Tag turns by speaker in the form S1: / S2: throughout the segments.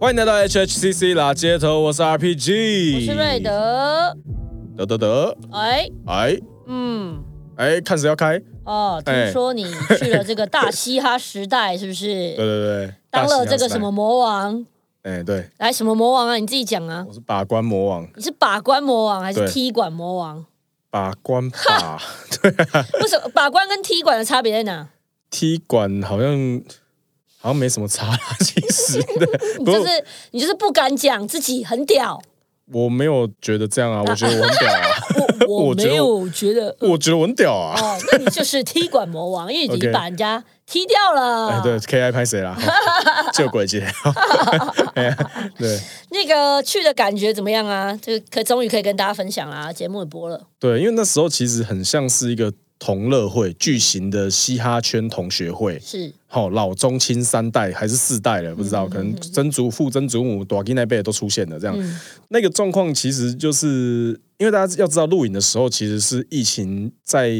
S1: 欢迎来到 HHCC 啦街头，我是 RPG，
S2: 我是瑞，德，
S1: 得得得，
S2: 哎，
S1: 哎
S2: 嗯，
S1: 哎，看谁要开？
S2: 哦，
S1: 哎
S2: 听说你去了这个大嘻哈时代，是不
S1: 对
S2: 是？
S1: 对对，
S2: 当了这
S1: 大喜洋
S2: 个
S1: 时代
S2: 什么？魔王？
S1: 哎，对，
S2: 来，什么魔王啊？你自己讲啊！
S1: 我是把关魔王，
S2: 你是把关魔王还是
S1: 对
S2: 踢馆魔王？
S1: 把关 把
S2: 为什么 把关跟踢馆的差别在哪？
S1: 踢馆好像好像没什么 差啦，其实对，
S2: 你
S1: 不
S2: 就是是你就是不敢讲自己很 屌，
S1: 我没有觉得这样啊，我觉得我很屌啊，
S2: 我
S1: 我
S2: 我
S1: 觉得
S2: 没有觉得。
S1: 我觉得我很屌啊，
S2: 哦，那你就是踢馆魔王，因 为你已
S1: OK
S2: 经把人家踢掉了。
S1: 哎，对，KI 拍谁啦？哦 救鬼节， 哎呀对。
S2: 那个去的感觉怎么样啊？就可终于可以跟大家分享啦，节目也播了。
S1: 对，因为那时候其实很像是一个同乐会，巨型的嘻哈圈同学会。
S2: 是，
S1: 好、老中青三代还是四代了，不知道，可能曾祖父、曾祖母、短金那辈的都出现了。这样，
S2: 嗯
S1: 那个状况其实就是因为大家要知道，录影的时候其实是疫情在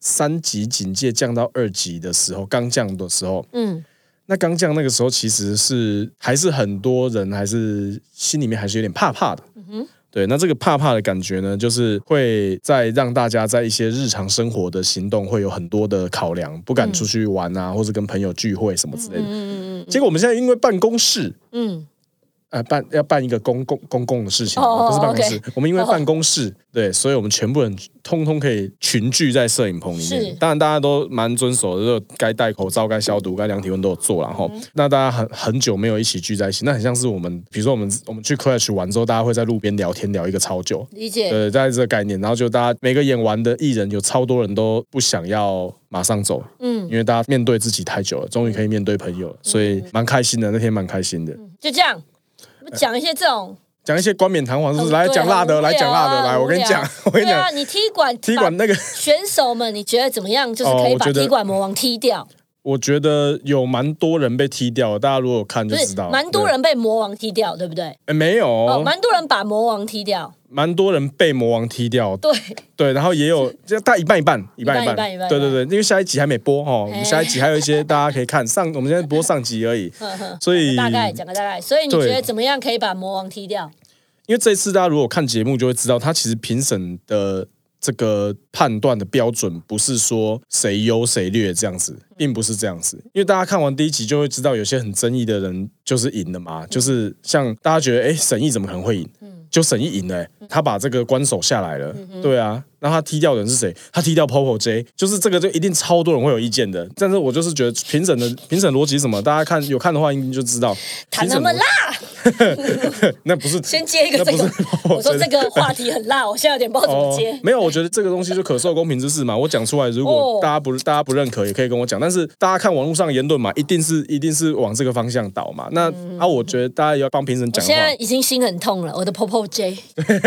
S1: 三级警戒降到二级的时候，刚降的时候，
S2: 嗯，
S1: 那刚降那个时候，其实是还是很多人还是心里面还是有点怕怕的。对，那这个怕怕的感觉呢，就是会在让大家在一些日常生活的行动会有很多的考量，不敢出去玩啊，或者跟朋友聚会什么之类的。
S2: 嗯嗯
S1: 结果我们现在因为办公室，
S2: 嗯
S1: 呃，办要办一个公共公共的事情，
S2: 哦
S1: 不是办公室
S2: OK
S1: 我们因为办公室对，所以我们全部人通通可以群聚在摄影棚里
S2: 是
S1: 面。当然，大家都蛮遵守的，就该戴口罩、该消毒、该量体温都有做然后、
S2: 嗯
S1: 那大家很很久没有一起聚在一起，那很像是我们，比如说我们我们去 Crash 玩之后，大家会在路边聊天聊一个超久。
S2: 理解。
S1: 对，大概是这个概念，然后就大家每个演完的艺人有超多人都不想要马上走，
S2: 嗯，
S1: 因为大家面对自己太久了，终于可以面对朋友了，所以蛮开心的，那天蛮开心的。
S2: 就这样。我们讲一些这种，
S1: 讲一些冠冕堂皇，是不是？
S2: 哦
S1: 来
S2: 对
S1: 讲辣的，
S2: 很无聊啊
S1: 来讲辣的，来，
S2: 很无
S1: 我跟你
S2: 聊
S1: 讲， 我跟你
S2: 对
S1: 讲
S2: 啊，，你踢馆
S1: 踢馆那个，
S2: 选手们，你觉得怎么样？就是
S1: 哦
S2: 可以
S1: 我
S2: 把
S1: 觉得
S2: 踢馆魔王 踢掉，
S1: 我觉得有蛮多人被踢掉的，大家如果有看就
S2: 不
S1: 知
S2: 是
S1: 道，
S2: 蛮多人被魔王踢掉，对不对？
S1: 对诶没
S2: 哦，
S1: 有，
S2: 蛮多人把魔王踢掉，
S1: 蛮多人被魔王踢掉，
S2: 对，
S1: 对，然后也有就大概一半一半，一半
S2: 一半一半
S1: 对对对，因为下一集还没播哦哈，我
S2: 哎
S1: 们下一集还有一些大家可以看上，我们现在播上集而 已，
S2: 呵呵
S1: 所以
S2: 嗯大概讲个大概。所以你
S1: 对
S2: 觉得怎么样可以把魔王踢掉？
S1: 因为这次大家如果看节目就会知道，他其实评审的这个判断的标准不是说谁优谁劣这样子，
S2: 嗯
S1: 并不是这样子。因为大家看完第一集就会知道，有些很争议的人就是赢了嘛，就是像大家觉得，哎，沈毅怎么可能会赢？
S2: 嗯
S1: 就沈毅赢了、欸他把这个关手下来了，对啊。那他踢掉的人是谁？他踢掉 Popo J，就是这个就一定超多人会有意见的。但是我就是觉得评审的评审逻辑是什么，大家看有看的话应该就知道。
S2: 谈
S1: 评
S2: 那
S1: 审
S2: 么
S1: 逻
S2: 辣，
S1: 那不是
S2: 先接一个
S1: 那
S2: 这
S1: 不
S2: 个
S1: 是。
S2: 我说这个话题很辣，我现在有点不知道怎么接。
S1: 哦没有，我觉得这个东西就可受公平之事嘛。我讲出来，如果
S2: 哦
S1: 大家不、大家不认可，也可以跟我讲。但是大家看网络上的言论嘛，一定是一定是往这个方向导嘛。那、啊，我觉得大家也要帮评审
S2: 嗯我
S1: 讲话
S2: 现。在已经心很痛了，我的 Popo J，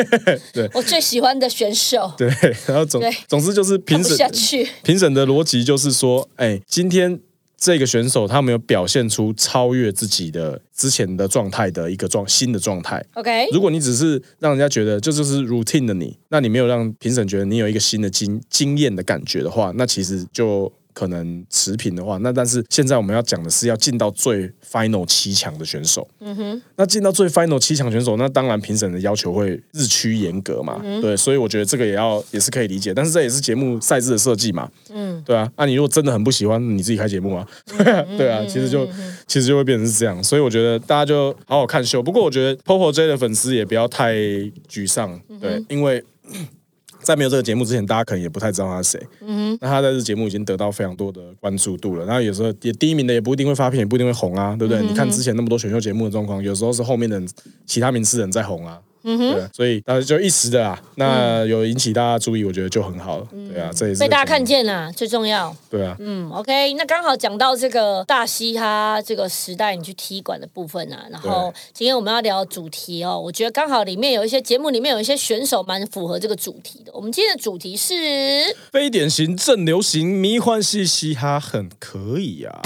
S1: 对
S2: 我最喜欢的选手，
S1: 对， 然后总
S2: 对
S1: 总之就是
S2: 看
S1: 评
S2: 不下
S1: 审
S2: 去。
S1: 评审的逻辑就是说，哎，今天这个选手他没有表现出超越自己的之前的状态的一个状新的状态。
S2: OK，
S1: 如果你只是让人家觉得这就是 routine 的你，那你没有让评审觉得你有一个新的经经验的感觉的话，那其实就可能持平的话。那但是现在我们要讲的是要进到最 final 七强的选手。嗯哼，那进到最 final 七强选手，那当然评审的要求会日趋严格嘛。对，所以我觉得这个也要也是可以理解，但是这也是节目赛制的设计嘛。嗯，对啊。那、你如果真的很不喜欢，你自己开节目啊。 对啊，其实就其实就会变成是这样，所以我觉得大家就好好看秀。不过我觉得 Popo J 的粉丝也不要太沮丧，对，因为 在没有这个节目之前，大家可能也不太知道他是谁。嗯，那他在这节目已经得到非常多的关注度了。然后有时候也第一名的也不一定会发片，也不一定会红啊，对不对？你看之前那么多选秀节目的状况，有时候是后面的人其他名次人在红啊。嗯哼，所以大家就一时的啦，那有引起大家注意，我觉得就很好了。对啊，这也是
S2: 被大家看
S1: 见。
S2: 见啦，最重要。
S1: 对啊，
S2: 嗯，OK，那刚好讲到这个大嘻哈这个时代，你去踢馆的部分啊，然后今天我们要聊主题哦，我觉得刚好里面有一些节目里面有一些选手蛮符合这个主题的。我们今天的主题是
S1: 非典型、正流行、迷幻系嘻哈很可以啊。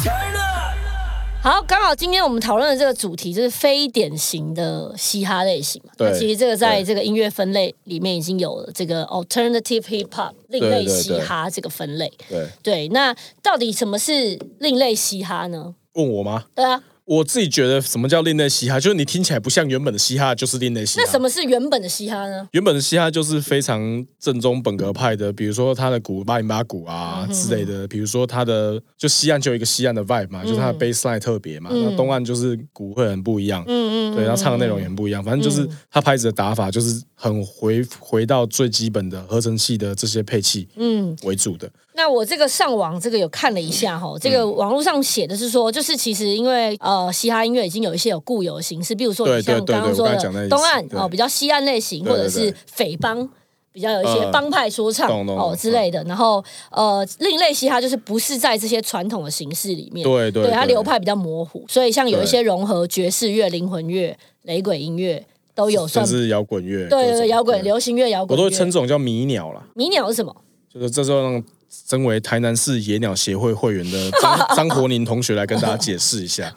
S2: 好，刚好今天我们讨论的这个主题就是非典型的嘻哈类型嘛。
S1: 对
S2: 那其实这个在
S1: 对
S2: 这个音乐分类里面已经有了这个 alternative hip hop 另类
S1: 对
S2: 嘻哈这个分类。
S1: 对，
S2: 对，那到底什么是另类嘻哈呢？
S1: 问我吗？
S2: 对啊，
S1: 我自己觉得什么叫另类嘻哈，就是你听起来不像原本的嘻哈，就是另类嘻哈。
S2: 那什么是原本的嘻哈呢？
S1: 原本的嘻哈就是非常正宗本格派的，比如说他的鼓八零八鼓
S2: 嗯
S1: 啊之类的，比如说他的就西岸就有一个西岸的 vibe
S2: 嗯
S1: 嘛，就是他的 bass line 特别嘛，那东岸就是鼓会很不一样，
S2: 嗯嗯，嗯
S1: 对，他唱的内容也很不一样，反正就是他拍子的打法就是很回回到最基本的合成器的这些配器
S2: 嗯，
S1: 为主的，
S2: 那我这个上网这个有看了一下哈，
S1: 嗯
S2: 这个网络上写的是说，就是其实因为呃，嘻哈音乐已经有一些有固有的形式，比如说
S1: 对
S2: 你像
S1: 对对
S2: 刚刚
S1: 对
S2: 说
S1: 我刚才讲那
S2: 的
S1: 意思
S2: 东岸
S1: 对
S2: 哦，比较西岸类型，
S1: 对
S2: 或
S1: 对
S2: 者
S1: 对
S2: 是匪帮。比较有一些
S1: 嗯
S2: 帮派说唱
S1: 懂懂嗯
S2: 哦
S1: 懂
S2: 之类的，然后呃，另类嘻哈就是不是在这些传统的形式里面，
S1: 对对
S2: 对，它
S1: 对
S2: 流派比较模糊，所以像有一些融合爵士乐、灵魂乐、雷鬼音乐都有
S1: 甚
S2: 算，
S1: 至摇滚乐，
S2: 对
S1: 各种
S2: 对摇滚、，流行乐、摇
S1: 我
S2: 滚
S1: 都
S2: 乐。
S1: 会称这种叫迷鸟啦。
S2: 迷鸟是什么？
S1: 就是这时候让身为台南市野鸟协会会员 的张张国宁同学来跟大家解释一下，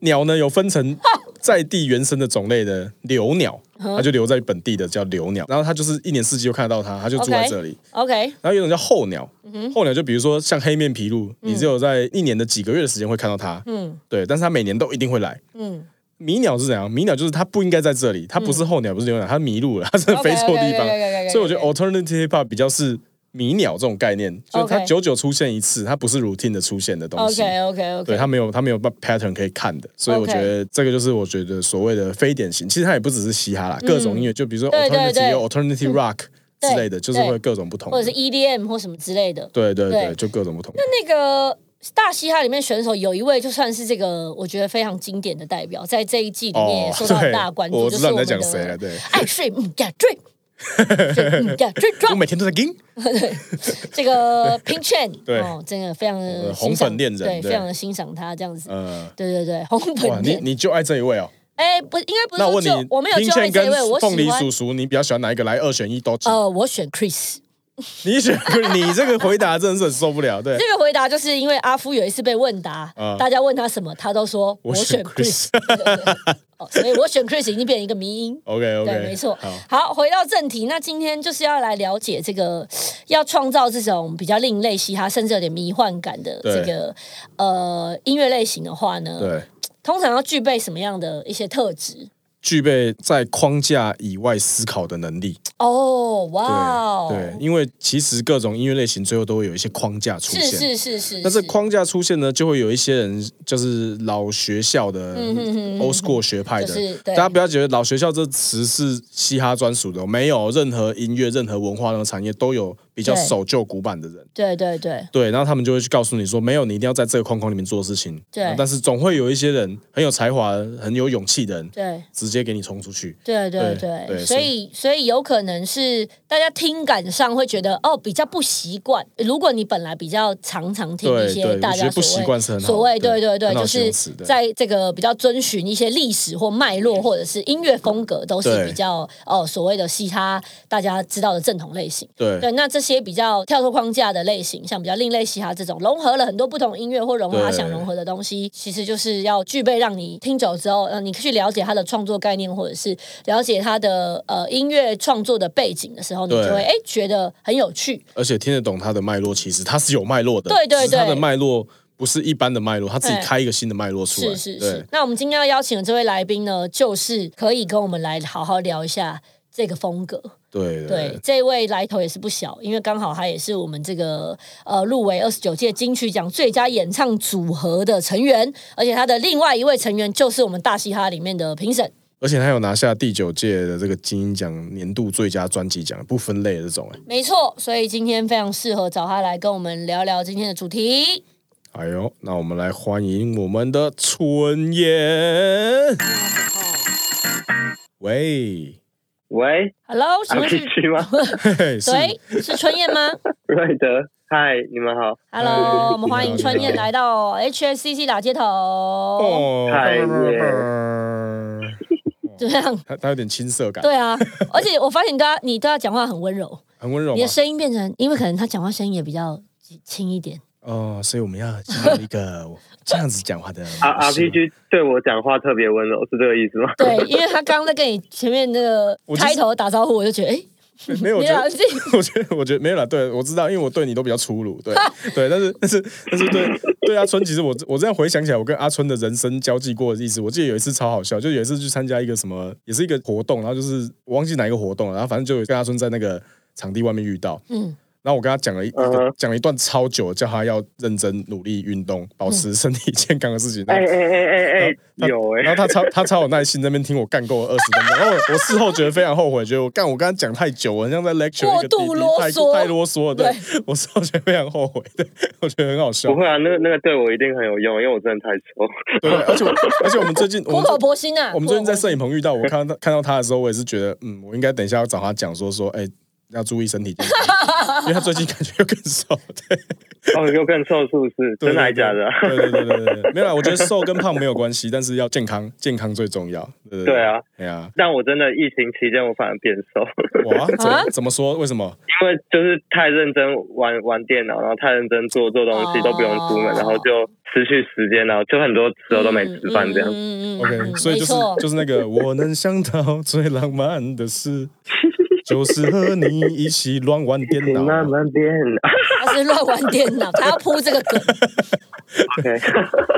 S1: 鸟呢有分成在地原生的种类的留鸟，
S2: 嗯
S1: 它就留在本地的叫留鸟，然后它就是一年四季都看得到它，它就住在
S2: OK
S1: 这里。
S2: OK，
S1: 然后有一种叫候鸟，候鸟就比如说像黑面琵鹭，你只有在一年的几个月的时间会看到它，
S2: 嗯
S1: 对，但是它每年都一定会来。
S2: 嗯，
S1: 迷鸟是怎样？迷鸟就是它不应该在这里，它不是候鸟，不是留鸟，它迷路了，它真的飞错地方。
S2: OK，OK，OK，OK，OK，OK，OK
S1: 所以我觉得 alternative hip hop 比较是迷鸟这种概念，就是它
S2: OK
S1: 久久出现一次，它不是 routine 的出现的东西。
S2: OK OK OK，
S1: 对它没有，它没有 pattern 可以看的，所以我
S2: OK
S1: 觉得这个就是我觉得所谓的非典型。其实它也不只是嘻哈啦，各种音乐，就比如说
S2: 对对
S1: alternative
S2: 对
S1: 也有 alternative rock
S2: 对
S1: 之类的，就是
S2: 对
S1: 会各种不同的
S2: 或者是 EDM 或什么之类的。
S1: 对对对，
S2: 对
S1: 就各种不同的。
S2: 那个大嘻哈里面选手有一位，就算是这个我觉得非常经典的代表，在这一季里面也受到很大的关注，
S1: 哦我
S2: 就
S1: 知
S2: 是
S1: 道
S2: 我
S1: 你在
S2: 们
S1: 讲谁了。
S2: 的
S1: 对，
S2: 爱睡嗯呀 睡。嗯呀，追
S1: 我
S2: 抓
S1: 每天都在跟。
S2: 这个 Pink Chain，
S1: 对
S2: 哦，真的非常的
S1: 呃红粉恋人
S2: 对，
S1: 对
S2: 非常的欣赏他这样子，
S1: 呃，
S2: 对对对，红
S1: 哇，
S2: 粉
S1: 你
S2: 恋，
S1: 你就爱这一位哦。
S2: 哎，不，应该不是
S1: 那我
S2: 说
S1: 问你
S2: 就，我没有
S1: 林
S2: 就爱
S1: 倩
S2: 这一
S1: 跟
S2: 位，我
S1: 凤
S2: 喜
S1: 梨
S2: 欢
S1: 叔，叔，你比较喜欢哪一个？来二选一都请。
S2: 呃，我选 Chris，
S1: 你选 你这个回答真的是很受不了。 对，
S2: 这个回答就是因为阿夫有一次被问答，
S1: 啊
S2: 大家问他什么，他都说
S1: 我
S2: 我
S1: 选
S2: 选
S1: Chris
S2: Chris，对 对对哦，所以我选 Chris 已经变成一个迷音。
S1: OK
S2: 对，
S1: OK，
S2: 没错
S1: 好，。
S2: 好，回到正题，那今天就是要来了解这个，要创造这种比较另类、嘻哈，甚至有点迷幻感的
S1: 对
S2: 这个呃音乐类型的话呢，
S1: 对，
S2: 通常要具备什么样的一些特质？
S1: 具备在框架以外思考的能力。
S2: 哦，哇哦，
S1: 对，因为其实各种音乐类型最后都会有一些框架出
S2: 是
S1: 现。
S2: 是是是，
S1: 那这
S2: 是
S1: 框架出现呢，就会有一些人就是老学校的
S2: 嗯哼哼
S1: old school 学派的
S2: 就是，
S1: 大
S2: 对
S1: 家不要觉得老学校这词是嘻哈专属的，没有任何音乐、任何文化、任何产业都有比较
S2: 对
S1: 守旧古板的人。
S2: 对对对，
S1: 对，然后他们就会去告诉你说，没有，你一定要在这个框框里面做事情。
S2: 对
S1: 啊但是总会有一些人很有才华、很有勇气的人，
S2: 对。
S1: 直接给你冲出去。
S2: 对对
S1: 对
S2: 对，
S1: 对
S2: 所
S1: 所
S2: 以所以有可能是大家听感上会觉得哦比较不习惯。如果你本来比较常常听
S1: 对
S2: 一些
S1: 对
S2: 大
S1: 我觉
S2: 家
S1: 得不
S2: 所
S1: 习
S2: 谓
S1: 惯是很好
S2: 所谓
S1: 对
S2: 对对对，
S1: 很好
S2: 就
S1: 形容
S2: 是
S1: 词对
S2: 在这个比较遵循一些历史或脉络或者是音乐风格，都是
S1: 对
S2: 比较哦所谓的嘻哈大家知道的正统类型。
S1: 对
S2: 对，那这些比较跳脱框架的类型，像比较另类嘻哈这种，融合了很多不同音乐或融合他
S1: 对
S2: 想融合的东西，其实就是要具备让你听久之后，呃，你去了解他的创作概念，或者是了解他的呃音乐创作的背景的时候，你
S1: 对
S2: 就会哎觉得很有趣。
S1: 而且听得懂它的脉络，其实它是有脉络的。
S2: 对对
S1: 只是它
S2: 对
S1: 的脉络不是一般的脉络，它自己
S2: 哎
S1: 开一个新的脉络出来。
S2: 是是
S1: 对
S2: 是。。那我们今天要邀请的这位来宾呢，就是可以跟我们来好好聊一下这个风格。
S1: 对
S2: 对，这位来头也是不小，因为刚好他也是我们这个呃入围二十九届金曲奖最佳演唱组合的成员，而且他的另外一位成员就是我们大嘻哈里面的评审。
S1: 而且他有拿下第九届的这个金鹰奖年度最佳专辑奖，不分类的这种、哎，
S2: 没错，所以今天非常适合找他来跟我们聊聊今天的主题。
S1: 哎呦，那我们来欢迎我们的春燕。喂，
S3: 喂，
S1: 啊
S2: Hello，请
S3: 阿
S2: 问是
S3: 可以去吗？
S1: 嘿嘿，是
S2: 谁？是春燕吗
S3: 瑞德，嗨，你们好，
S2: ？Hello，
S1: 嗨
S2: 我们欢迎春燕来到 HSCC 打街头。
S1: 哦
S3: 嗨耶
S2: 怎么样？
S1: 他他有点青涩感，
S2: 对啊，而且我发现你对他，你对他讲话很温柔，
S1: 很温柔
S2: 你
S1: 嘛
S2: 的。声音变成，因为可能他讲话声音也比较轻一点。
S1: 哦，所以我们要加入一个 这样子讲话的模式
S3: 阿 RPG 对我讲话特别温柔，是这个意思吗？
S2: 对，因为他刚刚在跟你前面那个
S1: 我就是
S2: 开头打招呼，我就觉得，哎、
S1: 没 有，我
S2: 你
S1: 觉
S2: 俩
S1: 得
S2: 自己
S1: 我觉得我觉得没有啦，对我知道，因为我对你都比较粗鲁，对对，但是但是但是对对阿春，其实我我这样回想起来，我跟阿春的人生交际过的例子，我记得有一次超好笑，就有一次去参加一个什么，也是一个活动，然后就是我忘记哪一个活动了，然后反正就跟阿春在那个场地外面遇到，
S2: 嗯，
S1: 然后我跟他讲了一
S3: 嗯
S1: 个
S3: 哼
S1: 讲了一段超久，叫他要认真努力运动，保持身体健康的事情。然
S3: 嗯哎
S1: 后
S3: 哎哎哎
S1: 那
S3: 哎，有哎、
S1: 然后他超他超有耐心在那边听我干够二十分钟，然后我我事后觉得非常后悔，觉得我干我刚刚讲太久，我很像在 lecture 一
S2: 过
S1: 个弟
S2: 度
S1: 弟，
S2: 啰
S1: 太
S2: 嗦
S1: 太啰嗦了。对我事后觉得非常后悔，对我觉得很好笑
S3: 不。会啊，那个那个对我一定很有用，因为我真的太丑。
S1: 对，而且我而且我们最近我
S2: 苦
S1: 们
S2: 口婆心啊。
S1: 我们最近在摄
S2: 影，
S1: 影棚遇到，我看到他看到他的时候，我也是觉得，嗯，我应该等一下要找他讲说说，哎、要注意身体健康， 因为他最近感觉又更瘦，对，
S3: 哦，又更瘦是不是？
S1: 对
S3: 真的还假的？啊
S1: 对对对对对对，没有啦，我觉得瘦跟胖没有关系，但是要健康，健康最重要，对
S3: 对，啊，
S1: 哎呀，
S3: 但我真的疫情期间我反而变瘦，
S1: 哇，怎
S2: 啊
S1: 么怎么说？为什么？
S3: 因为就是太认真玩玩电脑，然后太认真做做东西
S2: 哦
S3: 都不用出门，然后就失去时间，然后就很多时候都没吃饭这样。
S2: 嗯
S1: OK，所以就是
S2: 没错
S1: 就是那个我能想到最浪漫的事，就是和你一起乱玩
S2: 嗯
S1: 电 脑。
S3: 慢慢变
S2: 他是乱玩电脑，他要铺这个梗。
S3: ，OK，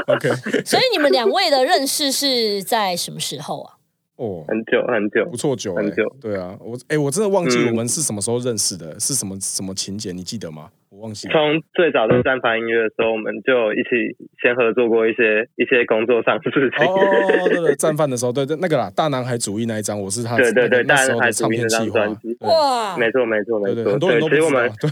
S1: OK，
S2: 所以你们两位的认识是在什么时候啊？
S1: 哦，
S3: 很久很久
S1: 不。错酒、欸，
S3: 很久
S1: 对啊，我哎、我真的忘记
S3: 嗯
S1: 我们是什么时候认识的，是什么什么情节，你记得吗？我忘记了。
S3: 从最早的三凡音乐的时候，我们就一起先合作过一些一些工作上的事
S1: 哦
S3: 情。
S1: 哦哦，哦对对，战犯的时候，对对，那个啦，大男孩主义那一张，我是他
S3: 对对对
S1: 那个那时候
S3: 大男
S1: 的
S3: 孩主
S1: 唱
S3: 义
S1: 片
S3: 那张
S1: 计划
S3: 专辑，
S1: 对
S2: 哇，
S3: 没错，没错，没
S1: 对对，
S3: 错。
S1: 很多啊人都
S3: 对，
S1: 不知
S3: 其实
S1: 道
S3: 我们，，
S1: 对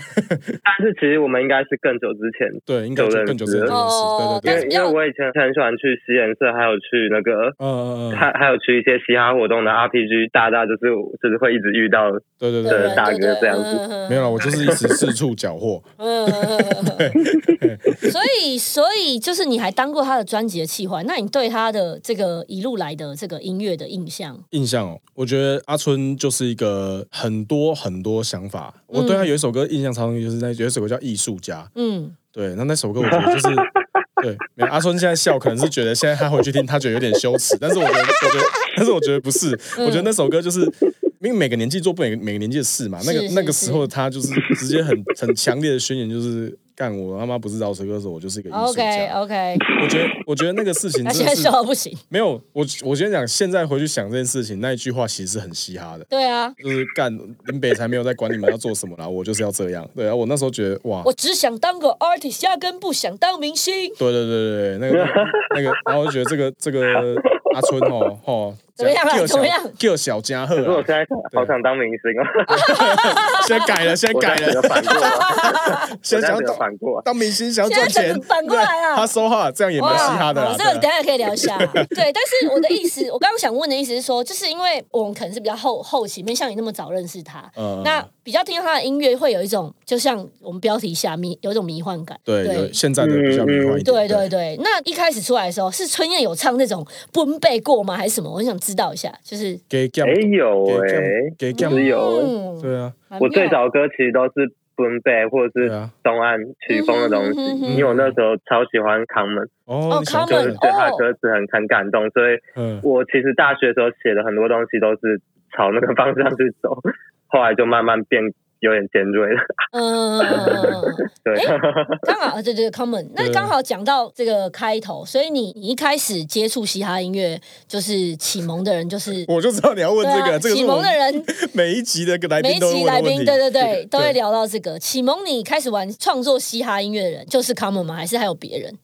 S3: 但是其实我们应该是更久之前，
S1: 对，应该就更久之前认识，
S2: 哦
S1: 对对对，
S3: 因为
S2: 比
S3: 因
S2: 较
S3: 为我以前很喜欢去西颜社，还有去那个，
S1: 嗯嗯嗯嗯，
S3: 还还有去一些嘻哈活动的 RPG，大大就是就是会一直遇到。
S1: 对对
S2: 对
S1: 对
S2: 对
S1: 对
S2: 对，
S3: 大哥这样子
S2: 嗯嗯嗯
S1: 没有了，我就是一直四处缴获，
S2: 嗯嗯嗯嗯嗯所以，所以就是你还当过他的专辑的企划，那你对他的这个一路来的这个音乐的印象，
S1: 印象哦，我觉得阿春就是一个很多很多想法。我对他有一首歌印象超深，就是那有一首歌叫《艺术家》。
S2: 嗯，
S1: 对，那那首歌我觉得就是 对，没有阿春现在笑，可能是觉得现在他回去听，他觉得有点羞耻。但是我觉得，我觉得，但是我觉得不是，
S2: 嗯
S1: 我觉得那首歌就是。因为每个年纪做不每每个年纪的事嘛，那个
S2: 是是
S1: 那个时候他就是直接很很强烈的宣言，就是干我他妈不是饶舌歌手，我就是一个艺术
S2: OK
S1: 家。
S2: OK，
S1: 我觉得我觉得那个事情
S2: 他
S1: 真
S2: 现在
S1: 的是
S2: 笑到不行。
S1: 没有，我我先讲，现在回去想这件事情，那一句话其实是很嘻哈的，
S2: 对啊，
S1: 就是干林北才没有在管你们要做什么啦，我就是要这样。对啊，我那时候觉得哇，
S2: 我只想当个 artist，压根不想当明星。
S1: 对对对对对，那 个那个，然后就觉得这个这个阿春哦哦，
S2: 怎么样啊
S1: 叫小
S2: 怎么样
S1: 叫小加
S3: 可是我
S1: 贺啊
S3: 现，在好想当明星哦，
S1: 现在改了，现在
S3: 我
S1: 改
S3: 现
S1: 了，
S3: 在整个反 过来，
S1: 现
S3: 我
S1: 在
S3: 现在
S1: 想
S3: 整
S1: 要
S3: 个
S1: 当
S3: 反过来。
S1: 当明星，想要赚
S2: 现在
S1: 钱
S2: 整，个反过来啊
S1: 对
S2: 哦
S1: 他说话这样也蛮嘻哈的啦啊
S2: 好这个
S1: 对
S2: 等一下可以聊 一下。对，但是我的意思，我刚刚想问的意思是说，就是因为我们可能是比较后后期，没像你那么早认识他，
S1: 嗯
S2: 那比较听到他的音乐会有一种，就像我们标题下迷有一种迷幻感。
S1: 对有现在的比
S3: 嗯
S1: 较迷幻一点，
S2: 对对对，那一开始出来的时候，是春燕有唱那种奔背过吗？还是什么？我想知道一下，就是
S1: 给 g a
S3: 哎有哎，
S1: 给 g
S3: 就是
S1: a
S3: 有
S2: 嗯，
S1: 对啊，
S2: 蛮妙
S3: 我最早的歌其实都是 boom bap 或者
S1: 对
S3: 是
S1: 啊，
S3: 东岸曲风的东
S2: 嗯
S3: 西，
S2: 哼嗯哼
S3: 因为我那时候超喜欢康门，
S1: 哦，
S2: 哦
S1: 你想
S2: 他
S1: 对
S2: 们
S3: 就是对他的歌词很很感动，所以
S1: 嗯，
S3: 我其实大学的时候写的很多东西都是朝那个方向去走，后来就慢慢变有点尖锐了。
S2: 嗯嗯嗯嗯嗯嗯嗯
S3: 对，
S2: 刚好，呃对对，common。那
S1: 对
S2: 刚好讲到这个开头，所以你你一开始接触嘻哈音乐，就是启蒙的人，就是
S1: 我就知道你要问
S2: 对
S1: 这
S2: 啊，
S1: 个，这个
S2: 启
S1: 是我
S2: 蒙的
S1: 们
S2: 人，
S1: 每一集的来
S2: 每
S1: 宾
S2: 一
S1: 都会
S2: 期
S1: 问
S2: 来
S1: 的问
S2: 宾，
S1: 题，
S2: 对对对，都会
S1: 对
S2: 聊到这个。启蒙你开始玩创作嘻哈音乐的人，就是 common 吗？还是还有别人？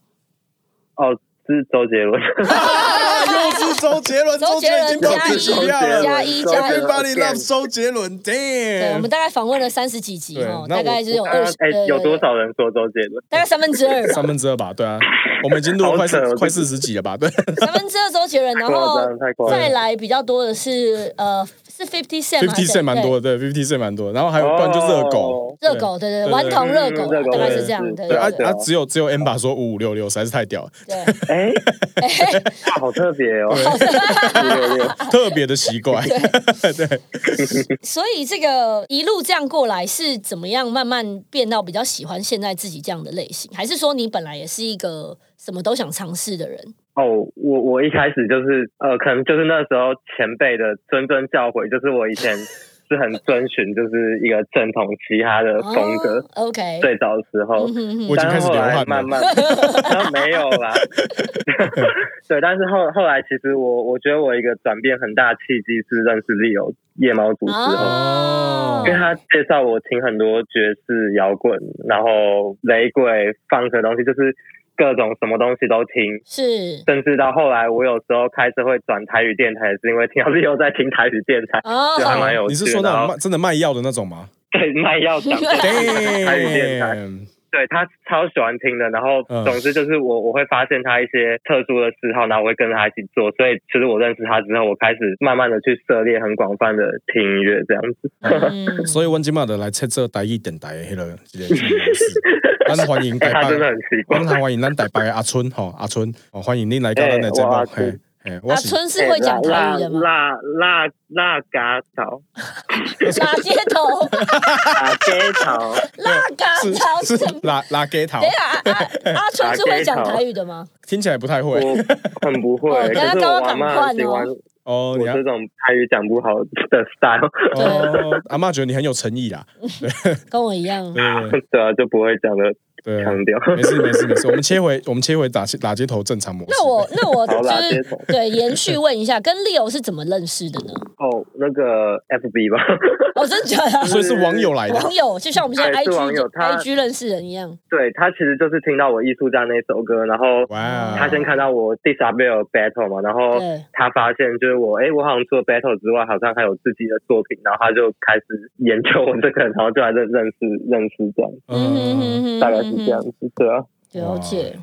S3: 哦，是周杰伦，
S1: 啊又是周杰伦，
S2: 周杰
S1: 伦已
S2: 伦
S1: 经够
S2: 加
S1: 自己
S2: 一
S1: 票了。
S2: 加一
S3: 周杰
S2: 加一
S3: 伦。
S1: Everybody
S3: 对
S1: loves 周杰伦
S2: 对，我们
S1: ，Damn！
S2: 大概访问了三十几集
S1: 对
S2: 哦，
S1: 那
S2: 大
S1: 我
S2: 概就是有二
S3: 啊
S2: 十，
S3: 哎、
S2: 对对
S3: 有
S2: 对
S3: 多少人说周杰伦？
S2: 大概三分之二吧
S1: 三，分之二吧，对啊，我们已经录了快
S3: 好扯
S1: 四
S3: 哦
S1: 快四十几了吧？对，
S2: 三分之二周杰伦，然后
S3: 夸张，太夸张
S2: 再。来比较多的是呃是 Fifty Cent 吗
S1: Fifty Cent 蛮多的，对，Fifty Cent 蛮多的，然后还有不然就热狗，
S2: 热狗，对对
S1: 对
S2: 对，顽童热狗
S3: 嗯热
S2: 啊，
S3: 狗
S2: 大概是
S1: 对
S2: 这样，对
S1: 对，对啊
S2: 对
S3: 哦对
S1: 啊，只有只有 M b a 说五五六六实在是太屌了，
S2: 对。
S3: 哎、哇好特别哦！六六
S2: 啊
S1: 特别的奇怪。
S2: 所以这个一路这样过来是怎么样慢慢变到比较喜欢现在自己这样的类型，还是说你本来也是一个什么都想尝试的人？
S3: 哦，我我一开始就是呃，可能就是那时候前辈的谆谆教诲，就是我以前是很遵循就是一个正统嘻哈的风格。
S2: 哦 OK，
S3: 最早的时候，
S2: 嗯哼哼
S1: 我已经
S3: 但
S1: 开
S3: 是
S1: 始
S3: 后
S1: 流
S3: 来
S1: 汗
S3: 慢
S1: 了。
S3: 慢，没有啦。 对，但是后后来其实我我觉得我一个转变很大的契机是认识 Leo 夜猫族之
S2: 哦
S3: 后。
S1: 哦
S3: 因为他介绍我听很多爵士摇滚，然后雷鬼、放克的东西，就是各种什么东西都听。
S2: 是
S3: 甚至到后来，我有时候开车会转台语电台，也是因为听到 Leo 在听台语电台，
S2: 哦
S3: 对，还蛮有
S1: 你是
S3: 趣的
S1: 说那
S3: 然
S1: 种
S3: 后
S1: 卖真的卖药的那种吗？
S3: 对卖药讲电台台语电台，
S1: Damn
S3: 对他超喜欢听的。然后
S1: 嗯
S3: 总之就是我我会发现他一些特殊的嗜好，然后我会跟着他一起做。所以其实我认识他之后，我开始慢慢的去涉猎很广泛的听音乐这样子。
S2: 嗯
S1: 所以阮即马就来测测台语电台的迄落一个模式。咱欢迎
S3: 哎、
S1: 台
S3: 他真的
S1: 北，
S3: 很奇 怪
S1: 咱。欢迎咱台北的阿春吼，阿春，哦，欢迎你来到咱的节目
S3: 哎我阿。
S1: 嘿
S3: 春，
S1: 嘿，我
S2: 阿
S1: 是
S2: 啊春是会讲台语的吗？
S3: 辣辣辣嘎草，哎
S2: 拉街头，
S3: 辣街草，
S2: 拉嘎草
S1: 是
S2: 什
S1: 是
S2: 么？
S1: 拉拉给头
S2: 等一，下，啊阿阿春是会讲台语的吗？
S1: 听起来 不太
S3: 我
S1: 会
S3: 很不会
S2: 哦，
S3: 可
S2: 等下
S3: 是
S2: 高
S3: 我
S2: 高
S3: 阿
S2: 赶
S3: 妈很喜
S2: 快
S3: 欢
S2: 哦
S1: 哦。
S3: 我
S1: 你啊
S3: 这种台语讲不好的 style，
S1: 哦，阿妈觉得你很有诚意啦，
S2: 跟我一样
S1: 对， 对 对
S3: 对啊，就不会讲的
S1: 对啊，
S3: 强调。
S1: 没事没事没事，我们切回我们切回打打街头正常模式。
S2: 那我那我
S3: 好
S2: 就
S3: 啦，接
S2: 是
S3: 头
S2: 对延续 问一下，跟 Leo 是怎么认识的呢？
S3: 哦，那个 FB 吧，
S2: 我真的觉得
S1: 所 以是网友来的
S2: 网友就像我们现在
S3: 哎对是网
S2: IG
S3: 友他
S2: IG 认识人一样，
S3: 对他其实就是听到我艺术家那首歌，然后
S1: 哇，嗯
S3: 他先看到我 Disabel Battle 嘛，然后
S2: 对
S3: 他发现就是我，哎，我好像除了 battle 之外，好像还有自己的作品，然后他就开始研究我这个，人，然后就来认认识认识这样，
S2: 嗯哼哼
S1: 嗯，
S2: 哼
S3: 大概是这样子，对啊。
S2: 了解。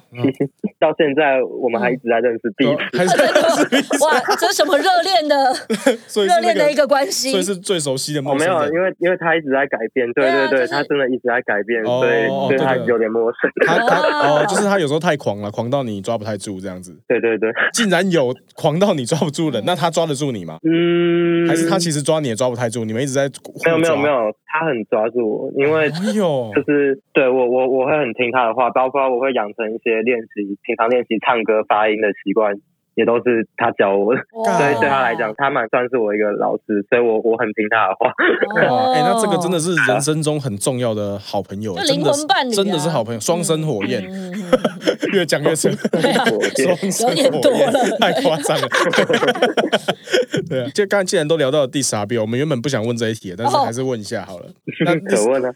S3: 到现在我们还一直在认识彼
S1: 对
S3: 此，
S1: 还 是
S2: 哇，这是什么热恋的
S1: 所以
S2: 热
S1: 是那
S2: 恋的一
S1: 个，
S2: 个关系
S1: 所以？是最熟悉的陌
S3: 我、哦没
S1: 生
S3: 有，啊因
S1: 人。
S3: 为因为他一直在改变，
S2: 对
S3: 对
S2: 啊
S3: 对对，
S2: 就是
S3: 他真的一直在改变，
S1: 哦
S3: 所以
S1: 哦
S3: 所以
S1: 对
S3: 他
S1: 对
S3: 有点陌生，
S1: 他他
S2: 哦
S1: 哦，就是他有时候太狂了，狂到你抓不太住这样子。
S3: 对对对，
S1: 竟然有狂到你抓不住的，那他抓得住你吗？
S3: 嗯，
S1: 还是他其实抓你也抓不太住，你们一直在互
S3: 没有没有
S1: 抓
S3: 没，有，他很抓住我，因为
S1: 哎 呦
S3: 就，是对我我我会很听他的话，包括我会养成一些练习，平常练习唱歌发音的习惯。也都是他教我的，
S1: 啊
S2: 哇
S3: 所以对他来讲，，他蛮算是我一个老师，所以我我很听他的 话。
S1: 哇，哎，那这个真的
S2: 是
S1: 是人生中很重要的好朋友，
S2: 哦就
S1: 真的
S2: 灵魂伴侣啊嗯
S1: 是真的是好朋友，双生
S2: 哦
S1: 火焰，越讲越 深。
S3: 我
S1: 双
S2: 有点多了
S1: 太夸张了。对啊，就刚才既然都聊到了第十二遍，我们原本不想问这一题，但是
S2: 哦
S1: 还是问一下好了。那
S3: 可问啊，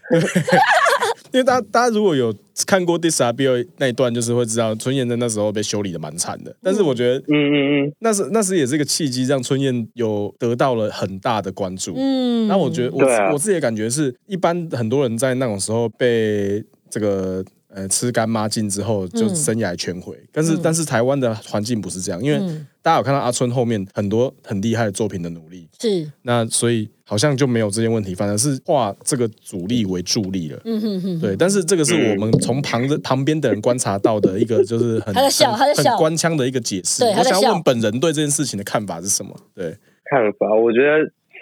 S1: 因为大家大家如果有看过第十二遍那一段，就是会知道春燕在那时候被修理的蛮惨的。但是我觉得
S3: 嗯嗯嗯，
S1: 那时那时也是一个契机，让春燕有得到了很大的关注。
S2: 嗯
S1: 那我觉得我、
S3: 对啊
S1: 我自己的感觉是，一般很多人在那种时候被这个呃吃干抹净之后，就
S2: 嗯
S1: 生涯全毁。但是、
S2: 嗯
S1: 但是台湾的环境不是这样，因为
S2: 嗯
S1: 大家有看到阿春后面很多很厉害的作品的努力，
S2: 是，
S1: 那所以好像就没有这些问题，反而是化这个阻力为助力了。
S2: 嗯哼哼，
S1: 对，但是这个是我们从旁的旁边的人观察到的一个，就是很
S2: 他在笑
S1: 很
S2: 他在笑
S1: 很官腔的一个解释。
S2: 对他
S1: 我
S2: 在
S1: 想
S2: 笑
S1: 要问本人对这件事情的看法是什么？对，
S3: 看法，我觉得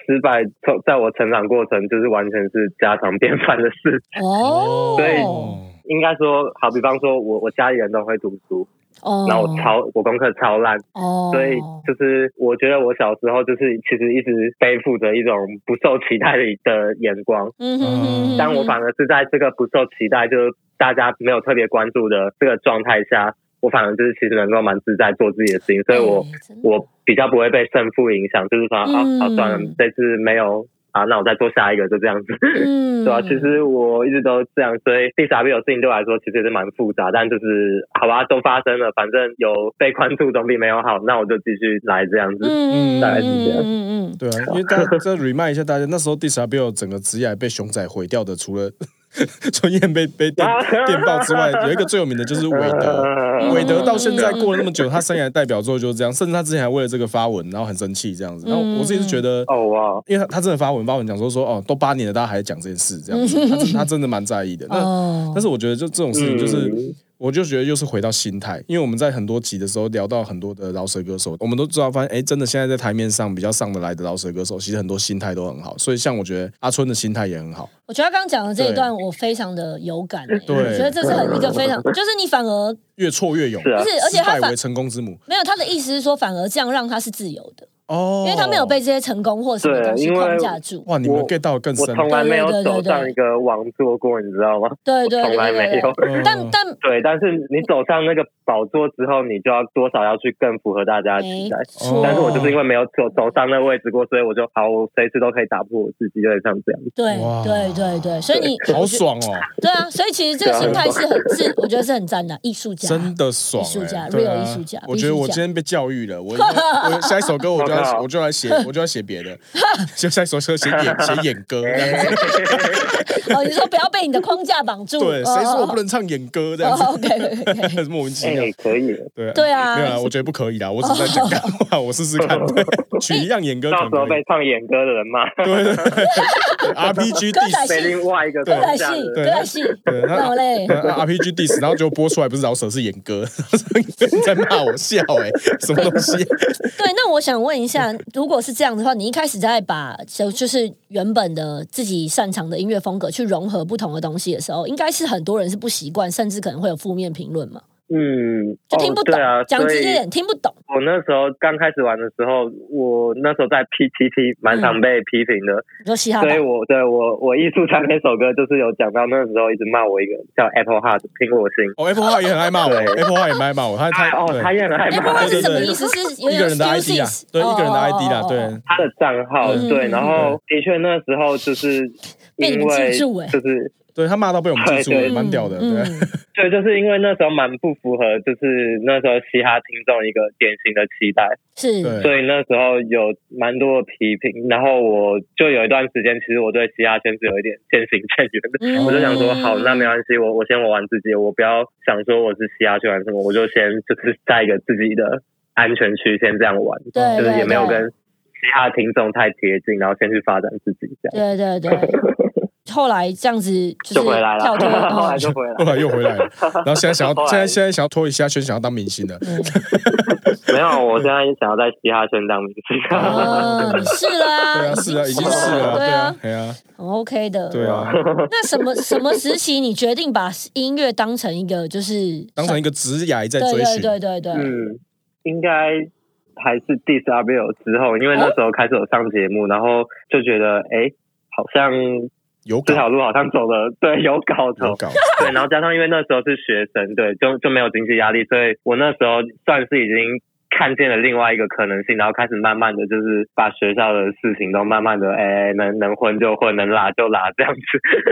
S3: 失败从在我成长过程就是完全是家常便饭的事。
S2: 哦，
S3: 所以应该说，好比方说我我家里人都会读书，
S2: 哦，
S3: 然后我超我功课超烂，
S2: 哦，
S3: 所以就是我觉得我小时候就是其实一直背负着一种不受期待的的眼光，
S2: 嗯哼哼哼，
S3: 但我反而是在这个不受期待，就是大家没有特别关注的这个状态下，我反而就是其实能够蛮自在做自己的事情，所以我
S2: 哎真的
S3: 我比较不会被胜负影响，就是说啊
S2: 嗯
S3: 好算了，这次没有啊，那我再做下一个，就这样子。
S2: 嗯，
S3: 对啊，其实我一直都这样，所以 d i s a b i 事情对我来说其实也是蛮复杂，但就是好吧，都发生了，反正有被关注总比没有好，那我就继续来这样子。
S2: 嗯，嗯
S3: 大概是这样
S2: 嗯嗯嗯，
S1: 对啊，因为大家再 remind 一下大家，那时候 d i s a b l 整个职业被熊仔毁掉的，除了 春燕被被电
S3: 啊
S1: 电爆之外，有一个最有名的就是韦德。
S3: 呃
S1: 韦德到现
S2: 嗯
S1: 在过了那么久，他生涯代表作就是这样，甚至他之前还为了这个发文，然后很生气这样子。然后我自己是觉得，
S3: 哦哇，
S1: 因为他他真的发文发文讲说说哦，都八年了，大家还在讲这件事这样 子，他真他真的蛮在意的。那
S2: 哦，
S1: 但是我觉得就这种事情，就是、
S3: 嗯
S1: 我就觉得又是回到心态，因为我们在很多集的时候聊到很多的饶舌歌手，我们都知道发现，哎，真的现在在台面上比较上得来的饶舌歌手，其实很多心态都很好，所以像我觉得阿春的心态也很好，
S2: 我觉得他刚刚讲的这一
S1: 对
S2: 段，我非常的有感、欸。
S1: 对
S2: 我觉得这是很一个非常，就是你反而
S1: 越挫越勇，
S3: 是啊
S2: 不是，而且
S1: 失
S2: 他
S1: 败
S2: 反
S1: 为成功之母。
S2: 没有他的意思是说，反而这样让他是自由的。
S1: 哦，
S2: 因为他没有被这些成功或什么东西
S3: 对因为
S2: 框架住。
S1: 哇，你们
S3: 我
S1: get 到更
S3: 我
S1: 深，
S3: 从来没有
S2: 对对对
S3: 走
S2: 对
S3: 上一个王座过，你知道吗？
S2: 对对
S3: 我
S2: 对
S3: 从来
S2: 对
S3: 没
S2: 对
S3: 有
S2: 对。。
S1: 嗯
S2: 但但
S3: 对，但是你走上那个宝座之后，你就要多少要去更符合大家的期
S2: 没
S3: 待。
S2: 错，
S3: 但是我就是因为没有走走上那个位置过，所以我就好，我随时都可以打破我自己，有点像这样。
S2: 对
S1: 哇
S2: 对对对，所以你
S1: 好，爽哦，
S2: 对啊，所以其实这个
S3: 对啊
S2: 心态是很自，我觉得是很赞的，艺术家
S1: 真的爽、
S2: 艺术家
S1: 欸，对
S2: real
S1: 啊
S2: 艺术家
S1: 我觉得
S2: 必须
S1: 我
S2: 讲
S1: 今天被教育了，我我下一首歌我就
S3: 我
S1: 要
S3: 靠
S1: 我就来写，我就要写 别的，就下一首歌写 演写演歌这
S3: 哎
S1: 样子，
S2: 哦，你说不要被你的框架绑住，
S1: 对，谁说我不
S2: 能
S1: 能唱演歌这样 子？
S2: ？OK 哦 OK，
S1: 莫名其
S3: 哎、
S1: 妙。
S3: 可以，
S1: 对啊
S2: 对啊哦
S1: 没有啦，我觉得不可以啦，我只是在讲干话，我试试 看，对取一样演歌可
S3: 到时候
S1: 能可
S3: 被
S1: 以，
S3: 唱演歌的人骂，
S1: 对对对，RPG
S2: 歌仔
S1: diss，
S2: 戏
S3: 被另外一个
S2: 歌仔
S3: 框
S2: 戏
S3: 架的人，
S2: 歌仔戏，
S1: 对那
S2: 那我嘞，
S1: 对 RPG diss，然后就播出来不是饶舌是演歌， 你在骂我笑哎、什么东西？
S2: 对，那我想问一下，如果是这样的话，你一开始在把就就是原本的自己擅长的音乐风格去融合不同的东西的时候，应该是很多人是不习惯，甚至可能会有负面评论嘛，
S3: 嗯，
S2: 就听不
S3: 哦、
S2: 懂，
S3: 对啊，
S2: 讲直接
S3: 所以
S2: 点，听不懂。
S3: 我那时候刚开始玩的时候，我那时候在 PTT 蛮常被批评的，
S2: 你说嘻哈吧
S3: 所以我对我我艺术家那首歌就是有讲到那时候一直骂我一个叫 Apple Heart 苹果心，
S1: 哦，Apple 话也很爱骂我
S3: 对
S1: ，Apple 话也蛮爱骂我，他他
S3: 他哦
S1: 对
S3: 他也很害
S2: 哎，不
S1: 对对对
S2: 知道是
S3: 怕。
S2: 什么意思，是有
S1: 一个
S2: 点
S1: 人的 ID 啦
S2: excuses，，
S1: 对，一个人的 ID 啦，
S2: 哦，哦哦哦
S1: 对，
S3: 他的账号、
S2: 嗯
S3: 对，然后的确那时候就是
S2: 被你
S3: 因
S2: 们
S3: 为
S2: 记住欸
S3: 就是
S1: 对他骂到被我们记住
S3: 对
S1: 了，
S3: 对
S1: 蛮屌的，对，
S2: 嗯
S3: 对，就是因为那时候蛮不符合，就是那时候嘻哈听众一个典型的期待，
S2: 是，
S1: 对
S3: 所以那时候有蛮多的批评。然后我就有一段时间，其实我对嘻哈圈是有一点渐行渐远的。
S2: 嗯
S3: 我就想说，好，那没关系，我我先玩玩自己，我不要想说我是嘻哈圈还是什么，我就先就是在一个自己的安全区先这样玩，
S2: 对
S3: 就是也没有
S2: 对对
S3: 跟嘻哈听众太贴近，然后先去发展自己这样。
S2: 对对 对。后来这样子就是
S3: 就回来了
S2: 跳脱，
S3: 后来
S2: 哦
S3: 就回来
S1: 后
S3: 了。
S1: 来又回 来了，然后现在想要
S3: 后来
S1: 现在现在想要脱一下圈，想要当明星了，
S2: 嗯
S3: 没有，我现在想要在嘻哈圈当明星。
S2: 啊，你是啦，
S1: 对啊，是啊，已经是了，
S2: 对
S1: 对
S2: 啊
S1: 啊，，对啊，
S2: 很 OK 的，
S1: 对啊，
S2: 那什么什么时期你决定把音乐当成一个就是
S1: 当成一个职涯在
S2: 对
S1: 追
S2: 对
S1: 寻，
S2: 对对对，
S3: 嗯，应该还是 diss RBL 之后，因为那时候开始有上节目，然后就觉得哎、诶好像
S1: 有
S3: 这
S1: 搞
S3: 条路好像走的对有搞
S1: 有
S3: 头，
S1: 搞，
S3: 啊对，啊然后加上因为那时候是学生，对，就就没有经济压力，所以我那时候算是已经。看见了另外一个可能性，然后开始慢慢的就是把学校的事情都慢慢的，哎，能能混就混，能拉就拉，这样子，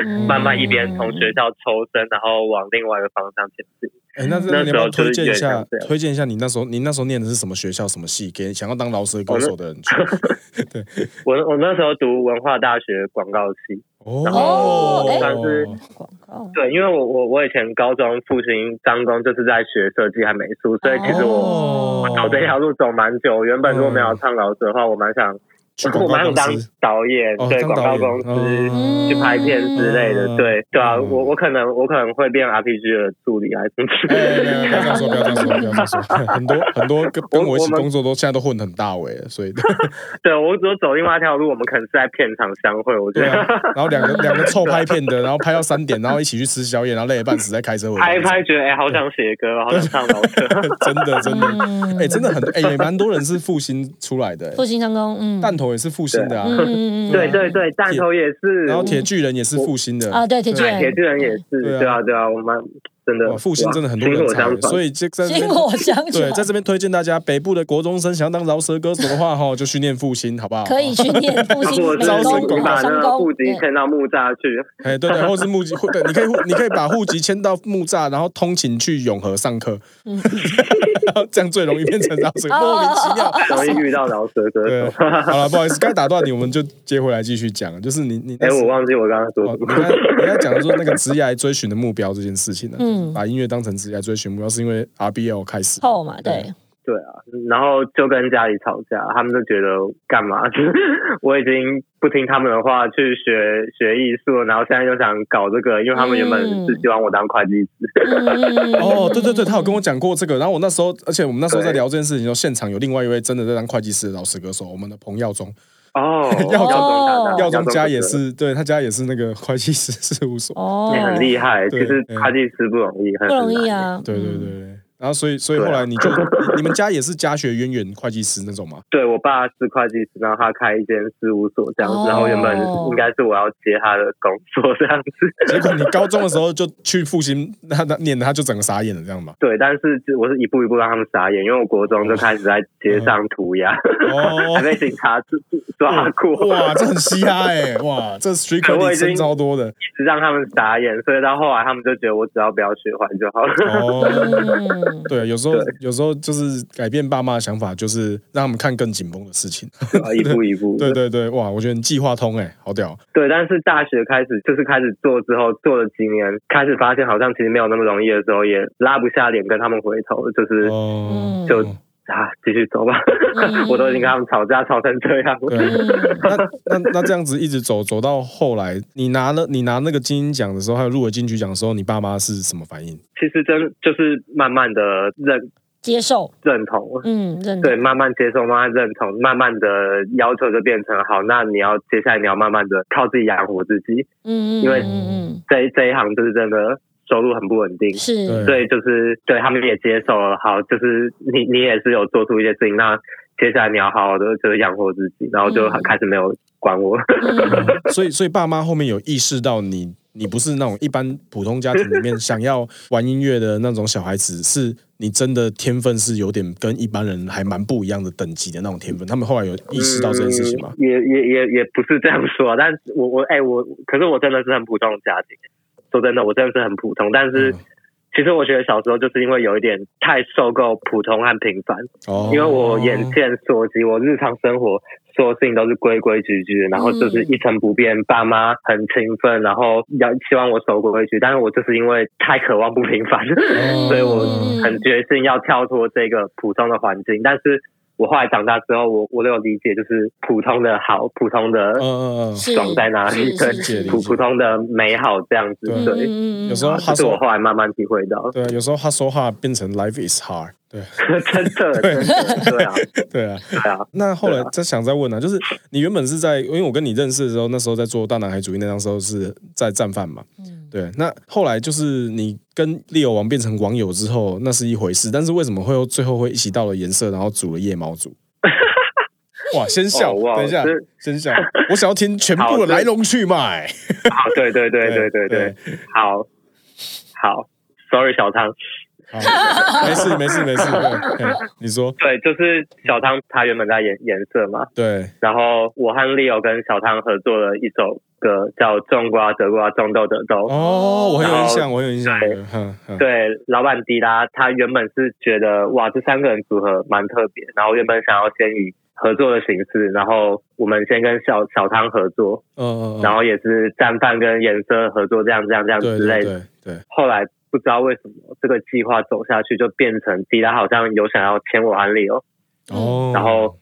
S2: 嗯
S3: 慢慢一边从学校抽身，然后往另外一个方向前进。
S1: 哎，那那
S3: 那
S1: 你要不
S3: 时
S1: 要
S3: 候就是
S1: 推荐一
S3: 有点
S1: 下
S3: 像这？样
S1: 推荐一下你那时候，你那时候念的是什么学校、什么系？给想要当饶
S3: 哦
S1: 舌歌手的 人去。
S3: 我我那时候读文化大学广告系，
S1: 哦
S3: 然
S2: 后哎
S3: 但是
S2: 广告，
S3: 对，因为我我我以前高中复兴专攻就是在学设计和美术，所以其实我
S1: 哦嗯
S3: 走这条路走蛮久。原本如果没有唱老师的话，我蛮想
S1: 去
S3: 我
S1: 广告
S3: 蛮想当
S1: 公司，
S3: 导演，
S1: 哦
S3: 对
S1: 当
S3: 广
S1: 导
S3: 告
S1: 演
S3: 公司。
S1: 哦
S3: 去拍片之类的，
S1: 嗯
S3: 对对啊，
S1: 嗯
S3: 我我可能我可能会变 RPG 的助理还是 什
S1: 哎没有没有
S3: 么，
S1: 不要这样说，不要这样说，不要这样说。很多很多跟跟我一起工作都现在都混得很大尾了，所以 啊
S3: 对我只有走另外一条路，我们可能是在片场相会，我觉
S1: 对啊
S3: 得。
S1: 然后两个两个凑拍片的，然后拍到三点，然后一起去吃宵夜，然后累得半死，再开车回来。
S3: 拍一拍觉得哎，好想写歌哦，好想唱老歌。
S1: 真的真的，
S2: 嗯
S1: 哎，真的很多哎，也蛮多人是复兴出来的，
S2: 复
S1: 哎
S2: 兴商工，嗯，
S1: 弹头也是复兴的啊，
S2: 嗯嗯嗯，
S3: 对对对，弹头也是，
S1: 然后铁巨人也是复兴的
S2: 啊，对铁巨
S3: 对，铁
S2: 人，
S3: 巨人也是，
S1: 对啊
S3: 对啊，对啊，我们真的
S1: 哇，复兴真的很多
S3: 薪
S1: 人
S3: 火
S1: 才
S3: 相，传，
S1: 所
S3: 以
S1: 以这在这
S2: 薪
S1: 边
S2: 火相
S1: 对，
S2: 传，
S1: 在这边推荐大家，北部的国中生想要当饶舌歌手的话，哈，就去念复兴，好不哦好？
S2: 可以去 念复兴
S3: 或
S2: 美
S3: 者
S1: 招
S3: 是
S1: 生
S3: 你
S1: 广
S2: 工
S3: 把
S1: 告
S2: 商
S3: 那个
S2: 工，
S3: 户籍迁到木栅 去，
S1: 哎，对对，或是户籍，或对，你可以户，你可以把户籍迁到木栅，然后通勤去永和上课，
S2: 嗯哦
S1: 然后这样最容易变成饶舌，莫名其妙。
S3: 容易遇到饶舌歌
S1: 对，哎
S3: 手。
S1: 好了，不好意思，该打断你，我们就接回来继续讲，就是你你
S3: 哎，
S1: 那时
S3: 我忘记我刚刚说
S1: 哦
S3: 什
S1: 你
S3: 么。
S1: 刚才你刚才讲的说那个职业追寻的目标这件事情呢，啊
S2: 嗯
S1: 把音乐当成职业追寻目标，是因为 RBL 开始，
S2: 后嘛，对，
S3: 对啊，然后就跟家里吵架，他们就觉得干嘛？ 就是我已经不听他们的话去学学艺术了，然后现在又想搞这个，因为他们原本是希望我当会计师。
S2: 嗯
S1: 哦，对对对，他有跟我讲过这个。然后我那时候，而且我们那时候在聊这件事情的时候，现场有另外一位真的在当会计师的老师歌手，我们的彭耀宗，
S3: 哦，
S1: 耀
S2: 宗
S3: 宗
S1: 耀宗家
S3: 哥
S1: 也
S3: 哥
S1: 是，对他家也是那个会计师事务所。
S2: 哦
S3: 哎你，很厉害，其
S1: 对
S3: 实
S1: 嗯
S3: 会计师不容易，很
S2: 不容易
S3: 很难。
S2: 啊，
S1: 对对对对，然后所以所以
S3: 嗯对
S1: 后
S3: 啊
S1: 来你就 你们家也是家学渊源会计师那种吗？
S3: 对我爸是会计师，然后他开一间事务所这样子，
S2: 哦
S3: 然后原本应该是我要接他的工作这样子，
S1: 结果你高中的时候就去复兴，他他念的他就整个傻眼了，这样 吧？
S3: 对，但是就我是一步一步让他们傻眼，因为我国中就开始在街上涂鸦，还
S1: 哦，
S3: 被警察抓 抓过，
S1: 哇，这很嘻哈哎、哇，这 street
S3: 可我
S1: credit
S3: 已经
S1: 真超多 的
S3: 一直让他们傻眼，所以到后来他们就觉得我只要不要学坏就好了。
S1: 哦。
S2: 嗯，
S1: 对，有时候
S3: 对
S1: 有时候就是改变爸妈的想法，就是让他们看更紧绷的事情。
S3: 一步一步，
S1: 对对对，哇，我觉得你计划通哎、好屌。
S3: 对，但是大学开始就是开始做之后，做了几年，开始发现好像其实没有那么容易的时候，也拉不下脸跟他们回头，就是、
S1: 哦，
S3: 就啊继续走吧，
S2: 嗯
S3: 我都已经跟他们吵架吵成这样了。
S1: 对。
S2: 嗯
S1: 那那那这样子一直走走到后来，你拿了你拿那个金鹰奖的时候，还有入围金曲奖的时候，你爸妈是什么反应？
S3: 其实真就是慢慢的认
S2: 接受，
S3: 认同。
S2: 嗯，认
S3: 对，
S2: 同，
S3: 慢慢接受，慢慢认同，慢慢的要求就变成好。那你要接下来你要慢慢的靠自己养活自己，
S2: 嗯嗯
S3: 因为
S2: 嗯
S3: 这一这一行就是真的收入很不稳定
S2: 嗯，，是
S1: 对，
S3: 所以就是对他们也接受了。好，就是你你也是有做出一些事情，那接下来你要好好的就是养活自己，然后就
S2: 嗯
S3: 开始没有管我。
S2: 嗯
S1: 所以所以爸妈后面有意识到你你不是那种一般普通家庭里面想要玩音乐的那种小孩子，是你真的天分是有点跟一般人还蛮不一样的等级的那种天分。他们后来有意识到这件事情吗
S3: 嗯？也也也也不是这样说，但是我我哎、我，可是我真的是很普通的家庭。说真的，我真的是很普通，但是。
S1: 嗯
S3: 其实我觉得小时候就是因为有一点太受够普通和平凡，
S1: 哦
S3: 因为我眼见所及，我日常生活所有事情都是规规矩矩，然后就是一成不变。爸妈很勤奋，然后要希望我守规矩，但是我就是因为太渴望不平凡，
S1: 哦
S3: 所以我
S2: 嗯
S3: 很决心要跳脱这个普通的环境。但是我后来长大之后，我我都有理解，就是普通的好，普通的
S1: 嗯嗯嗯，
S2: 是
S3: 爽在哪里
S2: 哦是？
S3: 对
S1: 解
S2: 是是
S1: 理
S3: 普普通的美好这样子，
S1: 对
S2: 嗯
S3: 对。
S2: 嗯嗯
S1: 有时候
S3: 这是
S1: hustle-
S3: 我后来慢慢体会到，
S1: 对，嗯有时候他说话变成 life is hard，对
S3: 真的，真的，对啊，
S1: 对啊。
S3: 对啊。
S1: 那后来
S3: 对啊
S1: 再想再问啊，就是你原本是在，因为我跟你认识的时候，那时候在做大男孩主义，那张时候是在战犯嘛，
S2: 嗯
S1: 对。那后来就是你跟猎友王变成网友之后，那是一回事，但是为什么会最后会一起到了颜色，然后组了夜猫 组？哇，先笑，
S3: 哦哇
S1: 等一下
S3: 这，
S1: 先笑，我想要听全
S3: 好
S1: 部的
S3: 这
S1: 来龙去脉。
S3: 好，哦对对对对对对，好，好，sorry 小汤，
S1: 好，没事没事没事，对嘿你说，
S3: 对，就是小汤他原本在颜颜色嘛，
S1: 对，
S3: 然后我和 Leo 跟小汤合作了一首歌叫《种瓜得瓜种豆得豆》，
S1: 哦，我很有印象，我很有印象
S3: 对，
S1: 哼哼，
S3: 对，老板迪拉他原本是觉得哇，这三个人组合蛮特别，然后原本想要先以合作的形式，然后我们先跟小小汤合作，
S1: 嗯嗯，
S3: 然后也是战犯跟颜色合作，这样这样这样
S1: 对
S3: 之
S1: 对
S3: 类的。
S1: 对对，
S3: 后来不知道为什么这个计划走下去，就变成迪拉好像有想要签我和 Leo，
S1: 哦，
S3: 然后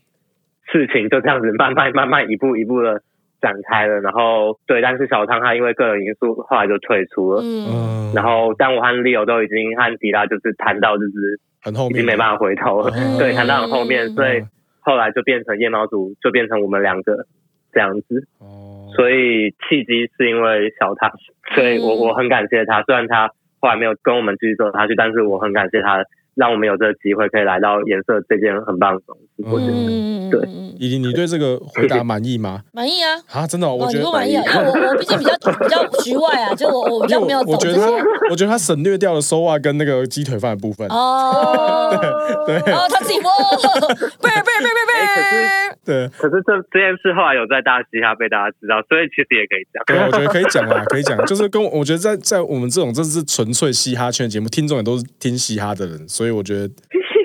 S3: 事情就这样子慢慢慢慢一步一步的展开了。然后对，但是小汤他因为个人因素后来就退出了。
S2: 嗯
S1: 嗯，
S3: 然后，但我和 Leo 都已经和迪拉就是谈到，就是
S1: 很后
S3: 已
S1: 面
S3: 经没办法回头了，
S1: 嗯
S3: 对，谈到很后面，所以
S1: 嗯
S3: 后来就变成夜猫族，就变成我们两个这样子。
S1: 哦，
S3: 所以契机是因为小他，所以我
S2: 嗯
S3: 我很感谢他。虽然他后来没有跟我们继续走下去，但是我很感谢他，让我们有这个机会可以来到颜色这件很棒的公司。
S1: 嗯
S3: 我觉得
S2: 嗯，
S3: 对
S2: 嗯，
S1: 以及你对这个回答满意吗？
S2: 满意啊。
S1: 啊，真的哦、我
S2: 哦，
S1: 觉
S2: 你
S1: 得
S2: 不满意啊？因为我我毕竟比较比较局外啊，就我我比较
S1: 因为
S2: 没有
S1: 我
S2: 懂
S1: 我觉
S2: 这
S1: 得
S2: 些。
S1: 他，我觉得他省略掉了收袜跟那个鸡腿饭的部分。
S2: 哦，哦，他自己摸，不是不是不是
S3: 哎
S2: 不
S1: 对
S3: 可是这这件事后来有在大嘻哈被大家知道，所以其实也可以讲。
S1: 对，我觉得可以讲啊，可以讲，就是跟我我觉得在在我们这种这是纯粹嘻哈圈的节目，听众也都是听嘻哈的人，所以我觉得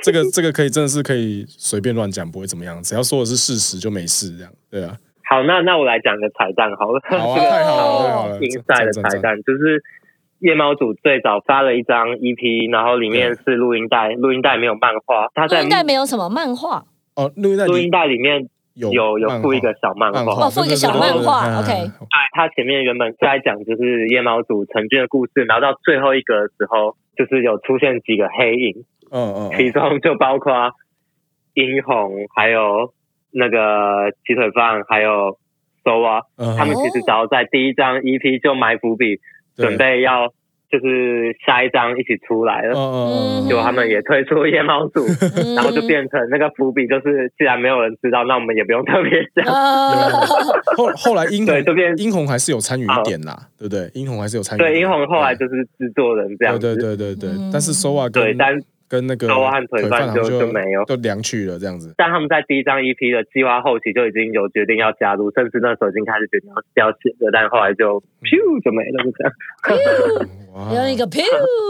S1: 这个这个可以真的是可以随便乱讲，不会怎么样，只要说的是事实就没事，这样对啊，
S3: 好，那那我来讲个彩蛋好了，
S1: 好啊，太好了，太好了，
S3: 竞赛的
S1: 赞
S3: 彩，蛋就是。夜猫组最早发了一张 EP，然后里面是录音带，录音带没有漫画，他
S2: 是，
S3: 在
S2: 录音带没有什么漫画
S1: 哦，录音带
S3: 录音带里面
S1: 有
S3: 有有
S1: 漫
S3: 附
S1: 画
S3: 一个小漫
S1: 漫
S3: 画，
S1: 画
S2: 哦附一
S1: 对对
S2: 个小
S1: 对
S3: 漫
S1: 对
S2: 画
S1: 嗯
S2: OK
S3: 他前面原本是在讲就是夜猫组成军的故事，然后到最后一个的时候，就是有出现几个黑影，
S1: 嗯嗯，
S3: 其中就包括殷红，还有那个鸡腿饭，还有 Sova，
S1: 嗯
S3: E 他们其实早在第一张 EP 就埋伏笔，
S1: 对
S3: 准备要就是下一张一起出来了。
S1: 嗯嗯
S3: 就他们也推出夜猫组，
S1: 嗯
S3: 然后就变成那个伏笔，就是既然没有人知道，那我们也不用特别讲。
S2: 啊，
S1: 后后来殷
S3: 对这边
S1: 红殷红还是有参与一点啦，对不对？殷红还是有参与一点。
S3: 对，殷红后来就是制作人这样
S1: 对
S3: 子，
S1: 嗯对对对对
S2: 嗯，
S1: 但是 SOA
S3: 对
S1: 跟
S3: 但
S1: 跟那个
S3: SOA 和
S1: 腿
S3: 腿
S1: 饭
S3: 饭
S1: 他们
S3: 就
S1: 就
S3: 就没有
S1: 就凉去了这样 子。
S3: 但他们在第一张 EP 的计划后期就已经有决定要加入，甚至那时候已经开始决定要要写的，但后来就
S1: 嗯
S3: 咻就没了，就这样。
S1: 哇
S2: 有一个 p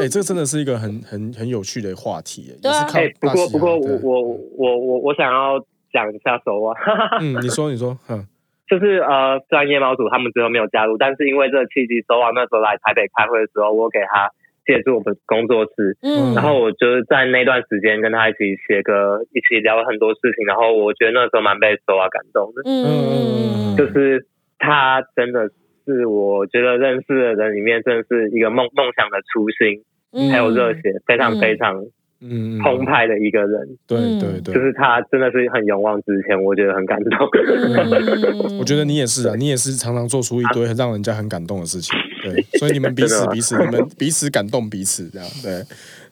S1: 哎，这真的是一个很很很有趣的话题，也
S2: 对啊
S1: 是靠
S3: 哎、不过
S1: 大西洋
S3: 不过
S1: 对
S3: 我我我我我想要讲一下手啊，
S1: 嗯，你说你说，嗯
S3: 就是呃，虽然夜猫组他们最后没有加入，但是因为这个契机，手啊那时候来台北开会的时候，我给他借助我们工作室，
S2: 嗯，
S3: 然后我就是在那段时间跟他一起写歌，一起聊很多事情，然后我觉得那时候蛮被手啊感动的。
S2: 嗯嗯嗯
S3: 就
S2: 嗯，
S3: 是他真的是我觉得认识的人里面，真的是一个梦梦想的初心，
S2: 嗯
S3: 还有热血，，非常
S2: 嗯
S3: 非常
S1: 嗯，嗯
S3: 澎，湃的一个人。
S1: 对
S2: 嗯
S1: 对对，
S3: 就是他真的是很勇往直前，我觉得很感 动。
S2: 嗯
S1: 我觉得你也是啊，你也是常常做出一堆很让人家很感动的事情，对，所以你们彼
S3: 啊真
S1: 此
S3: 的吗
S1: 彼此，你们彼此感动彼此这样，对。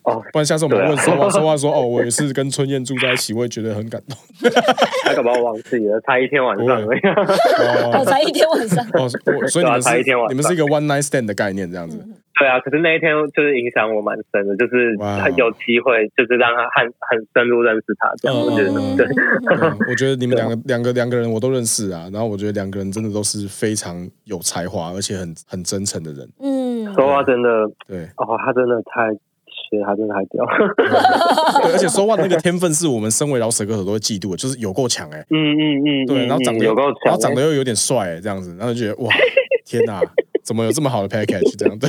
S3: 哦，
S1: 不然下次我们
S3: 对啊
S1: 问说话说话说哦，我也是跟春燕住在一起，我也觉得很感动。
S3: 他搞不好忘记了，他一天晚上而已。
S2: 我
S1: 哦，
S2: 才一天晚上，
S1: 哦我所以你们
S3: 对啊才
S1: 是
S3: 一天晚上
S1: 你们是一个 one night stand 的概念这样
S2: 嗯
S1: 子，
S3: 对啊，可是那一天就是影响我蛮深的，就是
S1: 哇
S3: 很有机会，就是让他很很深入认识他，这
S1: 嗯
S3: 样我觉得对。
S1: 对啊我觉得你们两个两个两个人我都认识啊，然后我觉得两个人真的都是非常有才华，而且很很真诚的人，
S2: 嗯，
S3: 说话真的，
S1: 对。
S3: 哦，他真的太，学他真的太屌。
S1: 对，而且说话那个天分是我们身为老舌歌手都会嫉妒的，就是有够强哎、
S3: 嗯嗯嗯，
S1: 对，
S3: 嗯
S1: 然后长
S3: 嗯
S1: 得
S3: 有够强，
S1: 然后长得又有点帅、欸，这样子，然后就觉得哇，天哪、 怎么有这么好的 package 这样？对，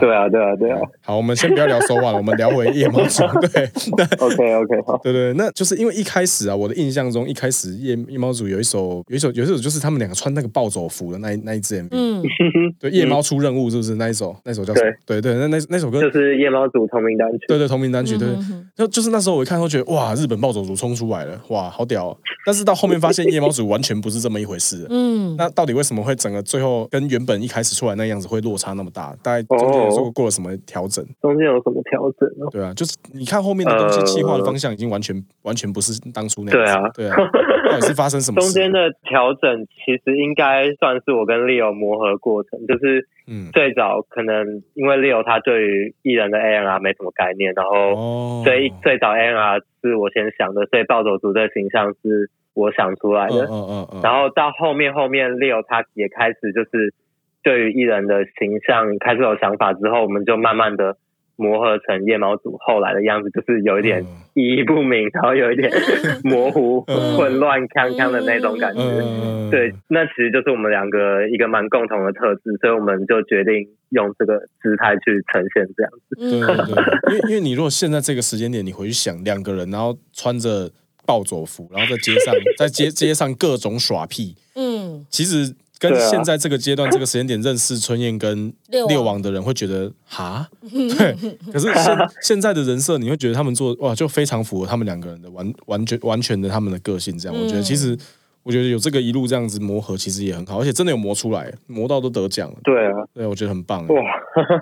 S1: 对啊
S3: 对啊，对啊，对啊。
S1: 好，我们先不要聊手腕了，我们聊回夜猫族。对，那
S3: OK OK，好，
S1: 对对，那就是因为一开始啊，我的印象中一开始夜夜猫族有一首有一首有一首就是他们两个穿那个暴走服的那一那一支 MV，、
S2: 嗯
S1: 对，夜猫出任务是不是那一首？那一首叫什么？对对，那那那首歌
S3: 就。是夜猫组同名单曲。
S1: 对对，同名单曲，对，
S2: 嗯嗯嗯
S1: 就就是那时候我一看都觉得哇，日本暴走族冲出来了，哇，好屌、哦！但是到后面发现夜猫族完全不是这么一回事了，
S2: 嗯，
S1: 那到底为什么会整个最后跟原本一开始出来那样子会落差那么大？大概中
S3: 哦
S1: 间有做过了什么调整？
S3: 中间有什么调整呢？
S1: 对啊，就是你看后面的东西，
S3: 呃
S1: 计划的方向已经完全完全不是当初那
S3: 对
S1: 样
S3: 啊
S1: 子。对啊，到底是发生什么
S3: 中
S1: 事？
S3: 间的调整其实应该算是我跟 Leo 磨合过程，就是
S1: 嗯，
S3: 最早可能因为 Leo 他对于艺人的 ANR 没什么概念，然后
S1: 哦，
S3: 最、最早 ANR 是我先想的，所以暴走族的形象是我想出来
S1: 嗯
S3: 的。
S1: 嗯嗯嗯，
S3: 然后到后面后面 Leo 他也开始就是对于艺人的形象开始有想法之后，我们就慢慢的磨合成夜猫组后来的样子，就是有一点
S1: 嗯
S3: 意义不明，然后有 一点模糊、
S1: 嗯
S3: 混乱、康康的那种感
S1: 嗯
S3: 觉。
S1: 嗯，嗯
S3: 对，，那其实就是我们两个一个蛮共同的特质，所以我们就决定用这个姿态去呈现这样子。
S1: 对
S2: 嗯
S1: 对对，因为因为你如果现在这个时间点，你回去想两个人，然后穿着暴走服，然后在街上在街街上各种耍屁，
S2: 嗯，
S1: 其实跟
S3: 对啊
S1: 现在这个阶段、这个时间点认识春燕跟
S2: 六王
S1: 六王的人会觉得哈， 对。可是 现现在的人设，你会觉得他们做哇，就非常符合他们两个人的完完全完全的他们的个性。这样，我觉得
S2: 嗯
S1: 其实我觉得有这个一路这样子磨合，其实也很好，而且真的有磨出来，磨到都得奖了。
S3: 对啊，
S1: 对，我觉得很棒。
S3: 哇，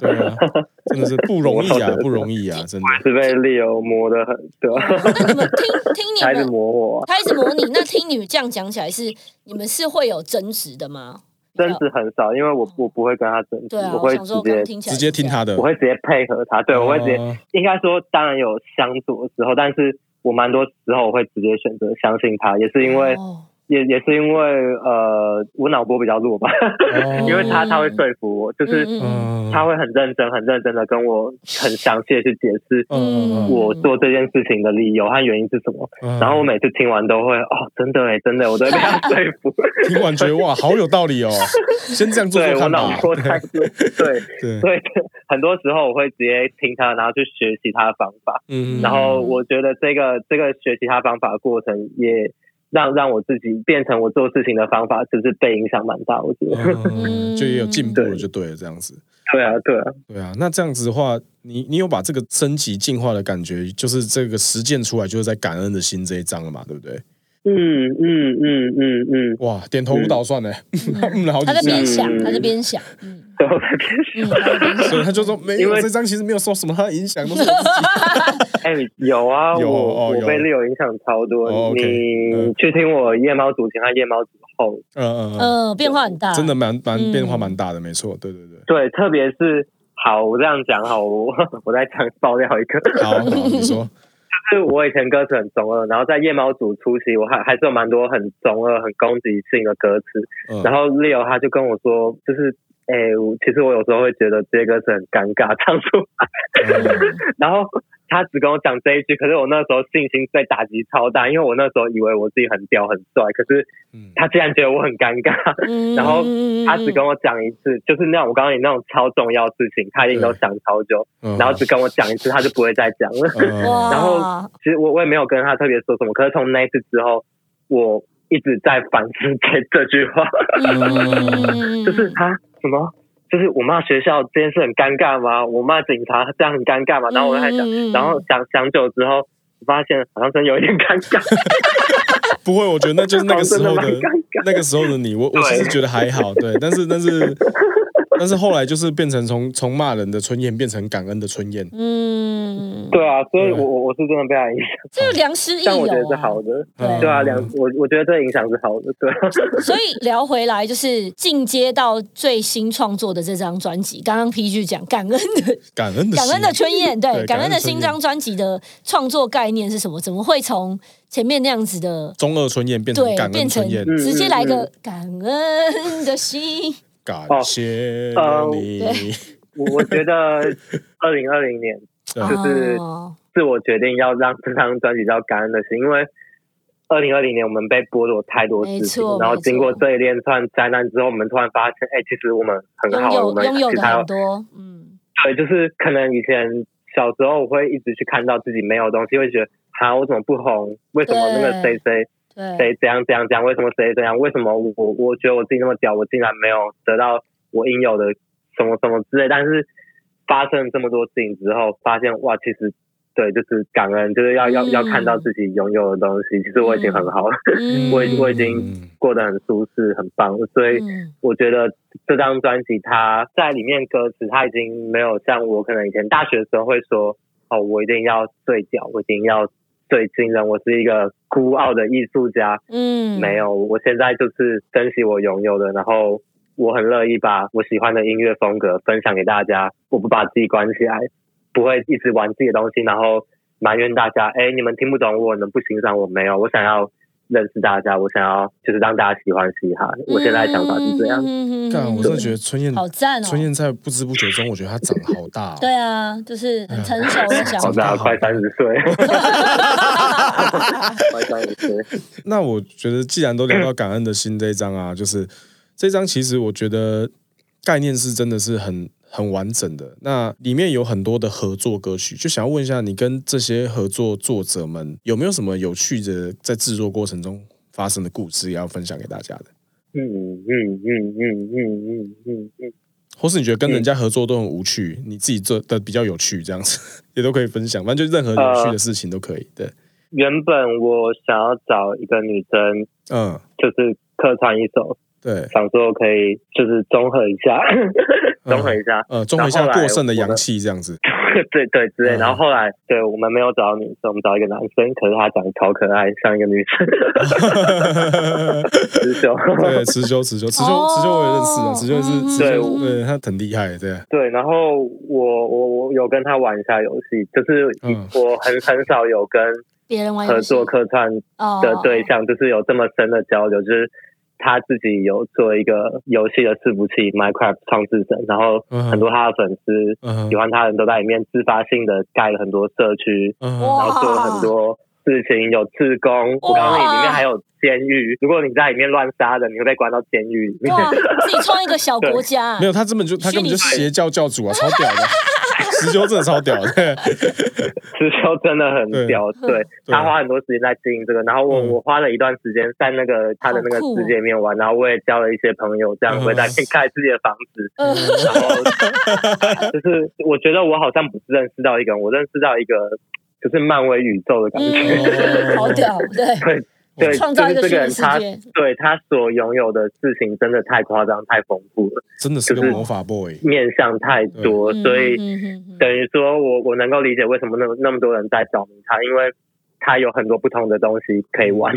S1: 对啊，真的是不容易
S3: 磨到
S1: 啊
S3: 得，奖
S1: 不容易啊，真的。
S3: 是被 Leo 磨得很，对吧？
S2: 那你们听听
S3: 开始
S2: 你们。
S3: 磨我啊、
S2: 他一直模拟，那听你们这样讲起来是，你们是会有争执的吗？
S3: 争执很少，因为我我不会跟他争执，
S2: 哦对啊，我
S3: 会
S2: 想说，
S3: 直
S2: 我刚
S3: 接
S2: 听起来
S1: 直
S2: 是
S1: 接听他的
S3: 我，会直接配合他，对我会直接，
S1: 哦
S3: 应该说当然有相左的时候，但是我蛮多时候我会直接选择相信他，也是
S2: 这样，
S3: 因为、
S2: 哦
S3: 也也是因为呃我脑波比较弱吧，
S1: 哦
S3: 因为他他会说服我，就是
S2: 嗯嗯
S1: 嗯
S3: 他会很认真很认真的跟我很详细的去解释
S1: 嗯
S3: 我做这件事情的理由和原因是什么，
S1: 嗯
S3: 然后我每次听完都会哦真的哎真的，我都会被他说 服，
S1: 听完觉得哇，好有道理哦，先这样做
S3: 对
S1: 做
S3: 我
S1: 看
S3: 脑
S1: 吧。
S3: 波太弱， 对。
S1: 对，
S3: 所以很多时候我会直接听他，然后去学习他的方法。
S1: 嗯，
S3: 然后我觉得这个这个学习他方法的过程，也让让我自己变成我做事情的方法，就是被影响蛮大。我觉得，
S1: 嗯就也有进步了，
S3: 对
S1: 就对了，这样子。
S3: 对啊，对啊，
S1: 对啊，那这样子的话，你你有把这个升级进化的感觉，就是这个实践出来，就是在感恩的心这一章了嘛，对不对？
S3: 嗯嗯嗯嗯嗯，
S1: 哇，点头如捣蒜呢， 嗯了好几
S2: 他在边
S1: 下，
S2: 想，
S3: 嗯
S2: 他在边想，嗯
S3: 最后才变
S2: 嗯，他在边
S1: 所以
S2: 想，
S1: 他就说没
S3: 因
S1: 有
S3: 为
S1: 这张其实没有受什么他的影响，都是我 自己
S3: 哎、有啊，
S1: 有
S3: 我
S1: 哦
S3: 我
S1: 有
S3: 被 Leo 影响超多。
S1: 哦，OK，
S3: 你
S1: 嗯
S3: 去听我夜猫族前和夜猫族后，
S1: 嗯嗯嗯，
S2: 嗯，变化很大，
S1: 真的蛮蛮
S2: 嗯
S1: 变化蛮大的，没错，对对对。
S3: 对，特别是好，我这样讲好，我 我再讲爆料一个，
S1: 好，好你说，
S3: 就是我以前歌词很中二，然后在夜猫族初期，我还还是有蛮多很中二、很攻击性的歌词。
S1: 嗯
S3: 然后 Leo 他就跟我说，就是。哎、我其实我有时候会觉得这些歌词很尴尬，唱出来。
S2: 嗯
S3: 然后他只跟我讲这一句，可是我那时候信心被打击超大，因为我那时候以为我自己很屌很帅，可是
S1: 嗯
S3: 他竟然觉得我很尴尬，
S2: 嗯
S3: 然后
S2: 嗯
S3: 他只跟我讲一次，就是那种我刚刚你那种超重要的事情，他一定都想超久，
S1: 嗯，
S3: 然后只跟我讲一次，他就不会再讲 了。
S1: 嗯
S2: 哇，
S3: 然后其实我我也没有跟他特别说什么，可是从那一次之后，我一直在反思这这句话，
S2: 嗯，
S3: 就是啊什么。就是我骂学校这件事很尴尬吗？我骂警察这样很尴尬吗？然后我在想，
S2: 嗯嗯嗯
S3: 然后想想久之后，我发现好像真的有一点尴尬。
S1: 不会，我觉得那就是那个时候
S3: 搞得
S1: 的
S3: 那么尴尬
S1: 那个时候的你，我我其实觉得还好，对， 但是但是但是后来就是变成从从骂人的春燕变成感恩的春燕，
S2: 嗯，
S3: 对啊，所以我
S1: 对
S3: 我我是真的被他 影响，
S2: 这是良师益
S3: 但我
S2: 友
S3: 觉得是
S2: 啊。
S3: 好的。
S1: 嗯
S2: 对
S3: 对啊，两我我觉得这个影响是好的，对啊。
S2: 所以聊回来，就是进阶到最新创作的这张专辑。刚刚 PG 讲感 恩的
S1: 感恩的
S2: 感恩的春燕，对
S1: 啊对感
S2: 感恩
S1: 恩
S2: 的
S1: 的
S2: 新张专辑的创作概念是什么？怎么会从前面那样子的？
S1: 中二春燕变成
S2: 对
S1: 感，
S2: 变
S1: 恩
S2: 成
S1: 春燕，
S3: 嗯
S2: 直接来一个感恩的心，
S1: 感
S3: 哦
S1: 谢
S3: 呃
S1: 了你，
S3: 我我觉得二零二零年
S1: 对啊
S3: 就是
S2: 哦
S3: 是我决定要让这张专辑叫《感恩的心》，因为二零二零年我们被剥夺太多
S2: 没
S3: 事情
S2: 错，
S3: 然后
S2: 没
S3: 经过
S2: 错
S3: 这一连串灾难之后，我们突然发现，哎、其实我们很
S2: 拥
S3: 好，我
S2: 有
S3: 们
S2: 拥有
S3: 其
S2: 的
S3: 实还有
S2: 很多，嗯，
S3: 对，就是可能以前小时候我会一直去看到自己没有的东西，会觉得啊，我怎么不红？为什么那个
S2: 对
S3: 谁谁
S2: 对，
S3: 谁怎样怎样怎样？为什么谁谁怎样？为什么我我我觉得我自己那么屌，我竟然没有得到我应有的什么什么之类？但是发生这么多事情之后，发现哇，其实对，就是感恩，就是要要、
S2: 嗯
S3: 要看到自己拥有的东西。其实我已经很好了，
S2: 嗯
S3: 我已我已经
S1: 嗯
S3: 过得很舒适，很棒，所以。
S2: 嗯
S3: 我觉得这张专辑它在里面歌词，它已经没有像我可能以前大学的时候会说，哦，我一定要最屌，我一定要最惊人，我是一个孤傲的艺术家。
S2: 嗯
S3: 没有，我现在就是珍惜我拥有的，然后我很乐意把我喜欢的音乐风格分享给大家。我不把自己关起来，不会一直玩自己的东西，然后埋怨大家，哎，你们听不懂我，你们不欣赏我，没有，我想要。认识大家，我想要就是让大家喜欢嘻哈。
S2: 嗯
S3: 我现在的想法是这样。
S2: 嗯嗯嗯嗯嗯
S1: 干，我真的觉得春燕
S2: 好赞哦，
S1: 春燕在不知不觉中，我觉得她长好大哦，
S2: 对啊，就是
S1: 嗯
S2: 很成熟的想
S3: 好
S2: 法。
S3: 大，
S1: 好
S3: 快三十岁，快三十岁。
S1: 那我觉得，既然都聊到
S3: 嗯
S1: 《感恩的心》这一章啊，就是这一章其实我觉得概念是真的是很很完整的。那里面有很多的合作歌曲，就想要问一下，你跟这些合作作者们有没有什么有趣的在制作过程中发生的故事，也要分享给大家的？
S3: 嗯嗯嗯嗯嗯嗯嗯嗯，
S1: 或是你觉得跟人家合作都很无趣，你自己做的比较有趣，这样子 也都可以分享。反正就任何有趣的事情都可以。对，
S3: 原本我想要找一个女生，
S1: 嗯，
S3: 就是客串一首，
S1: 对，
S3: 想说可以就是综合一下，
S1: 嗯
S3: 综合一下，
S1: 呃，综合一
S3: 然
S1: 下
S3: 后后来
S1: 过剩的
S3: 我
S1: 阳
S3: 的
S1: 气，这样 子。
S3: 对对之类。
S1: 嗯
S3: 然后后来，对我们没有找到女生，我们找一个男生，可是他长得超可爱，像一个女生， 直球。
S1: 对，持久持久持久
S2: 哦
S1: 持久我也认识啊，持久也
S2: 嗯
S1: 是持
S3: 对
S1: 久，
S3: 我
S1: 对他很厉害，对，
S3: 对，然后我我我有跟他玩一下游戏，就是一
S1: 嗯
S3: 我 很很少有跟
S2: 别人玩游
S3: 合
S2: 戏
S3: 作客串
S2: 哦
S3: 的对象，就是有这么深的交流，就是他自己有做一个游戏的伺服器 Minecraft 创制者，然后
S1: 嗯
S3: 很多他的粉丝、
S1: 嗯
S2: 啊
S3: 喜欢他的人都在里面自发性的盖了很多社区，
S1: 嗯
S2: 哇
S3: 然后做了很多。事情有自工，我告诉你，
S2: 哇
S3: 里面还有监狱。如果你在里面乱杀人，你会被关到监狱里面。
S2: 哇，啊自己创一个 小国家
S1: 没，有他根本就他根本就
S2: 虚拟
S1: 邪教教主啊，超屌的，持久真的超屌的，
S3: 师兄真的很屌，对他花很多时间在经营这个，然后我、
S1: 嗯
S3: 我花了一段时间在那个他的那个
S2: 好酷哦
S3: 世界里面玩，然后我也交了一些朋友，这样
S1: 嗯
S3: 我也在盖自己的房子，
S2: 呃，
S3: 然后 就是我觉得我好像不是认识到一个人，我认识到一个就是漫威宇宙的感觉，
S2: 嗯，好屌，对，
S3: 对 对，
S2: 嗯创造一
S3: 就
S2: 个
S3: 是这
S2: 虚
S3: 个
S2: 拟
S3: 人
S2: 世
S3: 他
S2: 界。
S3: 对他所拥有的事情真的太夸张、太丰富了，
S1: 真的是个
S3: 就是
S1: 魔法 boy。
S3: 面向太多，
S2: 嗯
S3: 所以
S2: 嗯嗯嗯嗯
S3: 等于说我我能够理解为什么那么那么多人在着迷他，因为他有很多不同的东西可以玩，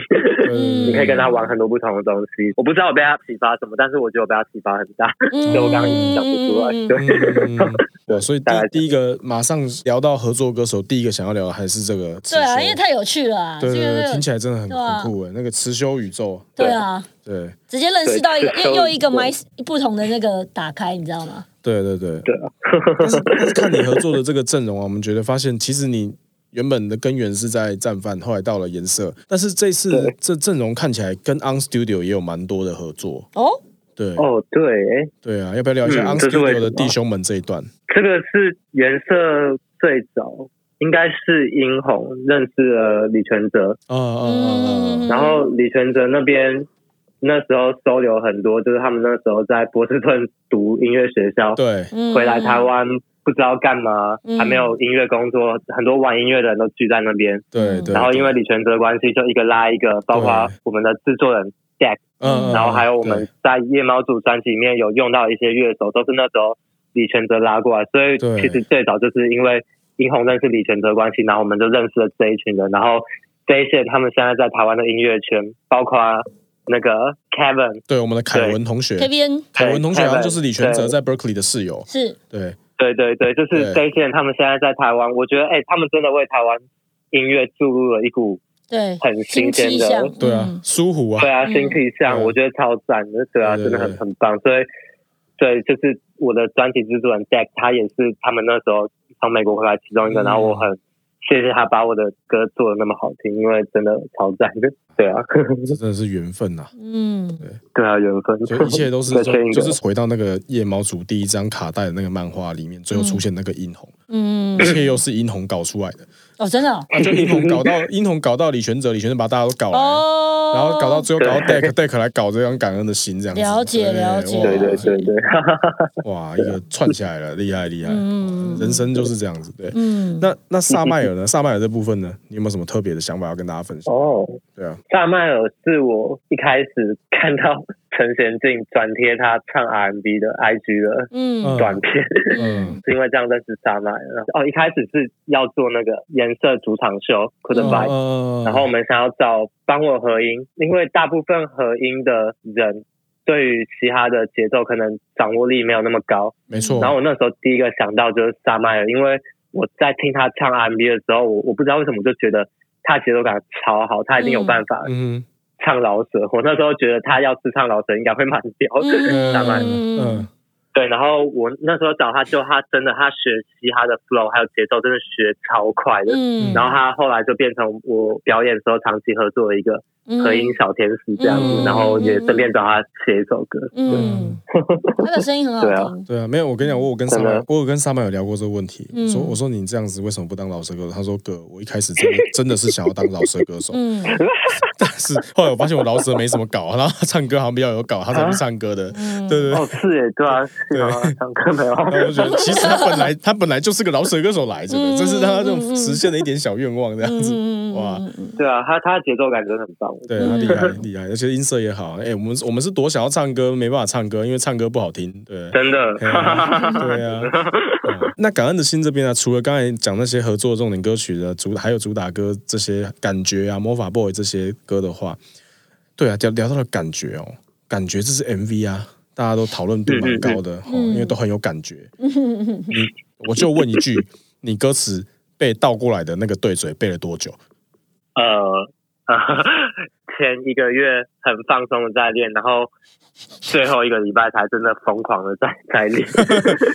S1: 嗯
S3: 你可以跟他玩很多不同的东西。我不知道我被他启发什么，但是我觉得我被他启发很大，
S2: 嗯
S3: 所以我刚刚一直讲不出来。
S2: 嗯嗯嗯嗯
S3: 对，
S1: 嗯，对，所以第
S3: 大概是
S1: 第一个马上聊到合作歌手，第一个想要聊的还是这个刺
S2: 对啊，
S1: 绣
S2: 因为太有趣了啊，
S1: 对对
S2: 这个
S1: 对，听
S2: 是
S1: 起来真的很
S2: 对啊
S1: 很酷诶，欸那个持修宇宙，
S2: 对啊，
S1: 对
S2: 直接认识到一个
S3: 对
S2: 又又一个
S3: 对
S2: my 不同的那个打开，你知道吗？
S1: 对对对
S3: 对啊。
S1: 但是但是看你合作的这个阵容啊，我们觉得发现其实你。原本的根源是在战犯，后来到了颜色，但是这次
S3: 对
S1: 这阵容看起来跟 On Studio 也有蛮多的合作，
S2: 哦，
S1: 对
S3: 哦，对，哎，
S1: 对啊，要不要聊一下
S3: 嗯
S1: On
S3: 这是为
S1: Studio 的
S3: 什么
S1: 弟兄们这一段？
S3: 这个是颜色最早。应该是殷红认识了李全哲，
S1: 啊啊啊啊！
S3: 然后
S2: 嗯
S3: 李全哲那边那时候收留很多，就是他们那时候在波士顿读音乐学校，
S1: 对，
S2: 嗯
S3: 回来台，湾不知道干嘛，
S2: 嗯
S3: 还没有音乐工作，很多玩音乐的人都聚在那边。
S1: 对
S2: 嗯
S1: 对。
S3: 然后因为
S1: 对
S3: 李全哲的关系，就一个拉一个，包括我们的制作人 Jack，
S1: 嗯，嗯
S3: 然后还有我
S1: 嗯
S3: 们在夜猫组专辑里面有用到一些乐手，都是那时候李全哲拉过来。所以
S1: 对
S3: 其实最早就是因为殷红认识李全哲的关系，然后我们就认识了这一群人，然后这一些他们现在在台湾的音乐圈，包括那个 Kevin，
S1: 对我们的凯文同学，
S2: 这边
S1: 凯文同学好像就是李全哲
S3: 对
S1: 在 Berkeley 的室友，
S2: 是
S1: 对
S3: 对对对，就
S1: 对
S3: 是这一些人他们现在在台湾，我觉得哎、他们真的为台湾音乐注入了一股
S2: 对，
S3: 很新
S2: 新
S3: 鲜
S2: 气
S3: 的
S2: 象，
S1: 对啊
S2: 嗯，
S1: 舒服啊
S3: 对，啊，
S2: 嗯
S3: 新气象，
S1: 对
S3: 我觉得超赞的，对啊，
S1: 对
S3: 真
S1: 对
S3: 的很
S1: 对
S3: 很棒。所以，对，就是我的专辑制作人 Jack，他也是他们那时候从美国回来其中一个，
S1: 嗯
S3: 然后我很谢谢他把我的歌做的那么好听，因为真的超赞的。 对啊，
S1: 这真的是缘分啊呐，
S2: 嗯，
S3: 对啊，缘 分，
S1: 所以一切都是
S3: 再
S1: 就
S3: 签一
S1: 就
S3: 个
S1: 是回到那个夜猫族第一张卡带的那个漫画里面，最后出现那个殷红，
S2: 嗯
S1: 一，切又是殷红搞出 来的，
S2: 哦，真的哦
S1: 啊就殷红搞到殷红搞到李全哲，李全哲把大家都搞来。
S2: 哦，
S1: 然后搞到最后搞到 Deck
S3: 对
S1: Deck 来搞这张感恩的心这样子，
S2: 了解
S1: 对
S2: 了解
S3: 对对对 对，
S1: 哇哇一个串起来了，厉害厉害，
S2: 嗯
S1: 哦人生就是这样子，对。
S2: 嗯，
S1: 那那萨麦尔呢？萨麦尔这部分呢，你有没有什么特别的想法要跟大家分享？
S3: 哦。
S1: 对啊，
S3: 大麦尔是我一开始看到陈贤进转贴他唱 R&B 的 IG 的
S1: 呃
S2: 嗯
S3: 短片，
S1: 嗯，
S3: 是因为这样认识萨麦尔。哦，一开始是要做那个颜色主场秀 c o u l d
S2: 嗯
S3: Buy，、
S1: 嗯
S3: 哎然后我们想要找帮我合音，因为大部分合音的人对于嘻哈的节奏可能掌握力没有那么高。
S1: 没错，
S3: 然后我那时候第一个想到就是萨麦尔，因为我在听他唱 R&B 的时候，我我不知道为什么我就觉得他节奏感超好，他一定有办法
S1: 嗯
S3: 唱老舍，我那时候觉得他要是唱老舍应该会蛮屌的。
S1: 嗯
S3: 大麦
S1: 嗯
S3: 对，然后我那时候找他就他真的他学习他的 flow 还有节奏真的学超快的，
S2: 嗯，
S3: 然后他后来就变成我表演的时候长期合作的一个
S2: 嗯
S3: 合音小天使这样子，
S1: 嗯
S3: 然后也顺便找他写一首歌。
S2: 嗯，他的声音很好
S3: 对啊
S2: 听，
S1: 对啊，没有，我跟你讲，我有跟萨
S3: 真
S1: 麦
S3: 的，
S1: 我有跟萨麦有聊过这个问题。
S2: 嗯
S1: 我说，我说你这样子为什么不当老舌歌手？他说，哥，我一开始真 的真的是想要当老舌歌手，
S2: 嗯
S1: 但是后来我发现我老舌没什么搞，然后他唱歌好像比较有搞，他才去唱歌的。
S2: 嗯，
S1: 对对对，
S3: 哦，是耶，对啊，是啊，唱歌 没有，
S1: 然后我就觉得其实他本 来他本来就是个老舌歌手来着的，
S2: 嗯
S1: 这是他这种
S2: 嗯嗯
S1: 实现了一点小愿望这样子。
S2: 嗯
S1: 哇
S3: 对啊，他他的节奏感真的很棒。
S1: 对
S2: 嗯
S1: 他厉害厉害，而且音色也好。哎、我们我们是多想要唱歌，没办法唱歌，因为唱歌不好听。对，
S3: 真的，
S1: 哎呀对啊。嗯 那感恩的心这边呢、除了刚才讲那些合作重点歌曲的主，还有主打歌这些感觉啊，魔法 boy 这些歌的话，对啊，聊聊到了感觉哦，感觉这是 MV 啊，大家都讨论度蛮高的，哦
S2: 嗯
S1: 因为都很有感 觉。
S2: 嗯
S1: 我就问一句，你歌词背倒过来的那个对嘴背了多久？
S3: 呃，前一个月很放松的在练，然后最后一个礼拜才真的疯狂的在 在练，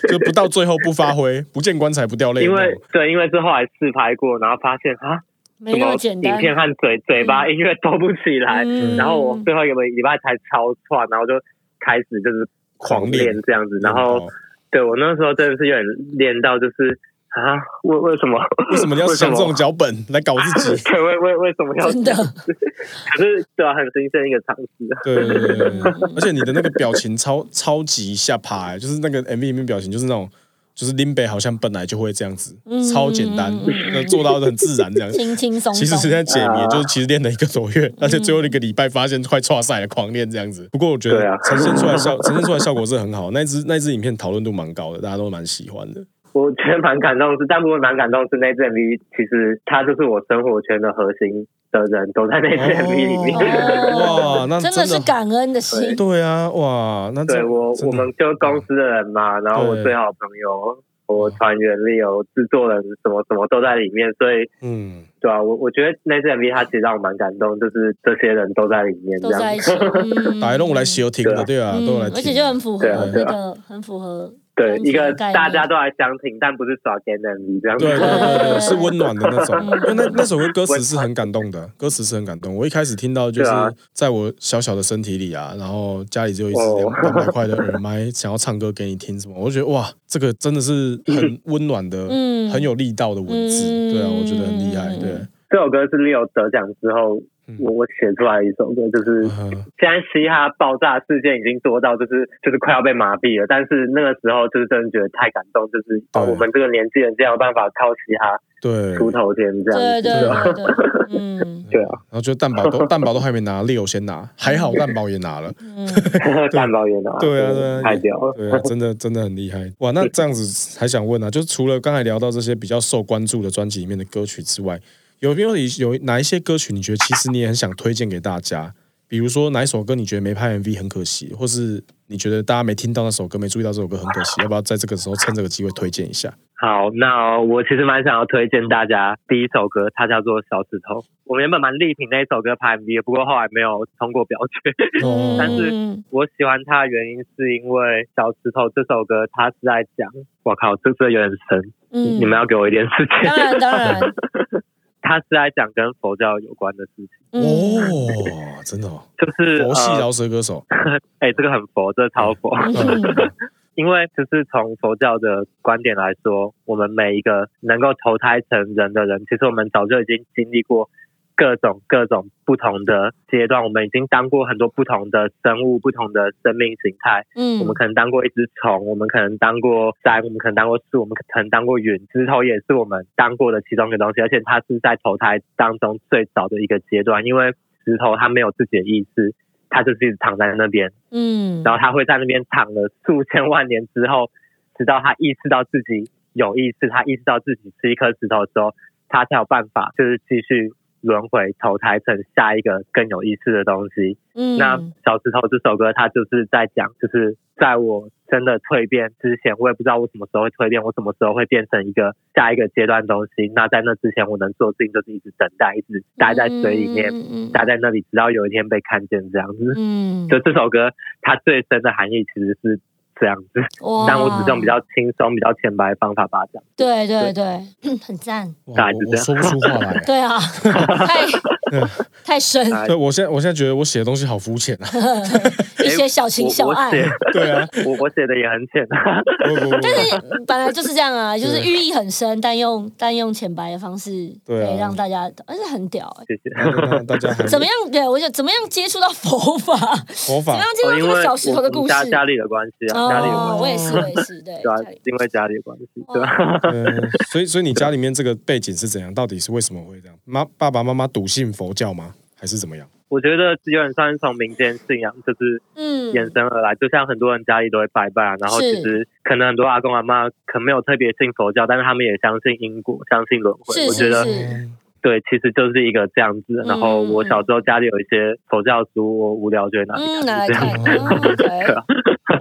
S1: 就不到最后不发挥，不见棺材不掉泪。
S3: 因
S1: 那
S3: 为
S1: 种
S3: 对，因为是后来试拍过，然后发现啊，
S2: 没
S3: 怎
S2: 哎那
S3: 么
S2: 么简
S3: 影
S2: 单，
S3: 片和嘴嘴巴音乐都不起来，
S2: 嗯
S3: 然后我最后一个礼拜才超串，然后就开始就是狂练嗯这样子，然后
S1: 哦
S3: 对我那时候真的是有点练到就是啊，为为什么
S1: 为什么你要想这种脚本来搞自己？
S3: 对为为为什么要？
S2: 真的，
S3: 可是对啊，很新鲜一个尝试啊。
S1: 对对对对对，而且你的那个表情超超级下爬、欸，就是那个 MV 里面表情就是那种就是林北好像本来就会这样子，
S2: 嗯
S1: 超简单
S2: 嗯嗯，
S1: 那做到的很自然这样。
S2: 轻轻松
S1: 其实
S2: 松。
S1: 实在解谜
S3: 啊，
S1: 就是其实练了一个多
S2: 嗯
S1: 月，而且最后一个礼拜发现快岔赛了，狂练这样子。不过我觉得
S3: 对啊
S1: 呈现出来效呈现出来效果是很好，那一支那一支影片讨论度蛮高的，大家都蛮喜欢的。
S3: 我觉得蛮感动是，但不过蛮感动是那支 MV，其实它就是我生活圈的核心的人都在那支 MV 里面。
S1: 哦哇，那
S2: 真的是
S1: 感
S2: 感恩的心，
S1: 对啊，哇，那
S3: 对
S1: 这
S3: 我
S1: 真
S3: 我
S1: 的
S3: 们就公司的人嘛，然后我
S1: 对哦
S3: 最好的朋友，我团员 Leo、制作人什么什么都在里面，所以
S1: 嗯，
S3: 对啊，我我觉得那支 MV 它其实让我蛮感动，就是这些人都在里面这
S2: 都在
S3: 样
S2: 一。起。嗯
S1: 打来弄我来写听的，对啊，
S2: 嗯
S1: 都有来听，
S2: 而且就很符合
S3: 对啊
S2: 那
S3: 对啊
S2: 个，很符合。
S3: 对，一个
S2: 概念
S3: 大家都来相挺，但不是耍 g a 的 MV 这样子。
S1: 对对对对，是温暖的那种
S2: 嗯。
S1: 因为那那首歌歌词是很感动的，歌词是很感动。我一开始听到就是
S3: 对啊
S1: 在我小小的身体里啊，然后家里只有一只两
S3: 哦
S1: 两百块的耳麦，想要唱歌给你听什么，我就觉得哇，这个真的是 很温暖的，
S2: 嗯
S1: 很有力道的文字。
S2: 嗯
S1: 对啊，我觉得很厉害。
S2: 嗯
S1: 对，
S3: 这首歌是 Leo 得奖之后
S1: 嗯，
S3: 我我写出来的一首歌，就是
S1: 嗯
S3: 现在嘻哈爆炸事件已经多到就是就是快要被麻痹了，但是那个时候就是真的觉得太感动，就是、
S1: 对
S3: 哦、我们这个年纪人竟然有办法靠嘻哈
S1: 对。
S3: 出头天这样
S2: 对
S3: 子，
S2: 对
S3: 吧
S2: 对对， 嗯
S3: 对啊，
S1: 然后就蛋堡 都蛋堡都还没拿，六先拿，还好蛋堡也拿了。
S2: 嗯，
S3: 蛋包也拿，
S1: 对啊，对啊，
S3: 太屌了。
S1: 对 啊，真的真的很厉害哇！那这样子还想问啊，就是除了刚才聊到这些比较受关注的专辑里面的歌曲之外，有没有一有哪一些歌曲你觉得其实你也很想推荐给大家？比如说哪一首歌你觉得没拍 MV 很可惜，或是你觉得大家没听到那首歌、没注意到这首歌很可惜，要不要在这个时候趁这个机会推荐一下？
S3: 好，那我其实蛮想要推荐大家第一首歌，它叫做《小指头》。我们原本蛮力挺那一首歌拍 MV，不过后来没有通过表决。
S1: 哦
S3: 但是
S2: 嗯
S3: 我喜欢它的原因是因为《小石头》这首歌，它是在讲，我靠，这个有点深，
S2: 嗯
S3: 你们要给我一点时
S2: 当
S3: 间。
S2: 然 当然，
S3: 它是在讲跟佛教有关的事情，
S2: 嗯
S1: 哦，真的哦，
S3: 就是
S1: 佛系
S3: 呃
S1: 饶舌歌手，
S3: 哎、这个很佛，这个超佛。
S2: 嗯
S3: 因为就是从佛教的观点来说，我们每一个能够投胎成人的人，其实我们早就已经经历过各种各种不同的阶段，我们已经当过很多不同的生物、不同的生命形态。
S2: 嗯，
S3: 我们可能当过一只虫，我们可能当过山，我们可能当过树，我们可能当过云。石头也是我们当过的其中一个东西，而且它是在投胎当中最早的一个阶段，因为石头它没有自己的意识，它就是一直躺在那边。
S2: 嗯，
S3: 然后他会在那边躺了数千万年之后，直到他意识到自己有意识，他意识到自己是一颗石头之后，他才有办法就是继续轮回投胎成下一个更有意识的东西。
S2: 嗯
S3: 那《小石头》这首歌，它就是在讲，就是在我真的蜕变之前，我也不知道我什么时候会蜕变，我什么时候会变成一个下一个阶段的东西。那在那之前，我能做的事情就是一直等待，一直待在水里面，
S2: 嗯
S3: 待在那里，直到有一天被看见这样子。
S2: 嗯，
S3: 就这首歌它最深的含义其实是这样子，
S2: 哇
S3: 但我只是用比较轻松、比较浅白的方法把它讲。
S2: 对对对， 很赞，
S1: 哇
S3: 大概
S1: 我
S3: 是
S1: 我
S3: 这样
S1: 说不出话来。
S2: 对 啊，太
S1: 嗯
S2: 太深，
S3: 啊
S1: 对，我现在我现在觉得我写的东西好肤浅啊！
S2: 一些小情小爱，
S1: 对啊，
S3: 我我写的也很浅，
S1: 不不不，
S2: 本来就是这样啊，就是
S1: 对
S2: 寓意很深，但用但用浅白的方式，
S1: 对啊
S2: 可以让大家，而且很屌哎、
S3: 谢谢。
S1: 那大家还
S2: 怎么样？对我就怎么样接触到佛法？
S1: 佛
S2: 怎
S1: 法
S2: 么样接触
S3: 哦
S2: 到
S3: 因
S2: 这
S3: 哦为
S2: 个小石头的
S3: 我
S2: 故
S3: 们
S2: 事？
S3: 家家里的关系啊，家里的关
S2: 哦
S3: 系，
S2: 我也是，我也是，对，
S3: 对啊
S2: 家里，哦
S3: 因为家里的关系，
S2: 哇
S3: 对吧？
S1: 呃，所以所以你家里面这个背景是怎样？到底是为什么会这样？妈爸爸妈妈笃信佛教吗？还是怎么样？
S3: 我觉得有点算是从民间信仰就是
S2: 嗯，
S3: 衍生而来，就像很多人家里都会拜拜啊，然后
S2: 是
S3: 其实可能很多阿公阿妈可能没有特别信佛教，但是他们也相信因果，相信轮回。
S2: 是
S3: 我觉得
S2: 是
S3: 对，其实就是一个这样子。然后
S2: 嗯嗯
S3: 我小时候家里有一些佛教书，我无聊就会拿去
S2: 嗯，拿
S3: 看
S2: 来
S3: 啊就这样。啊
S2: 看，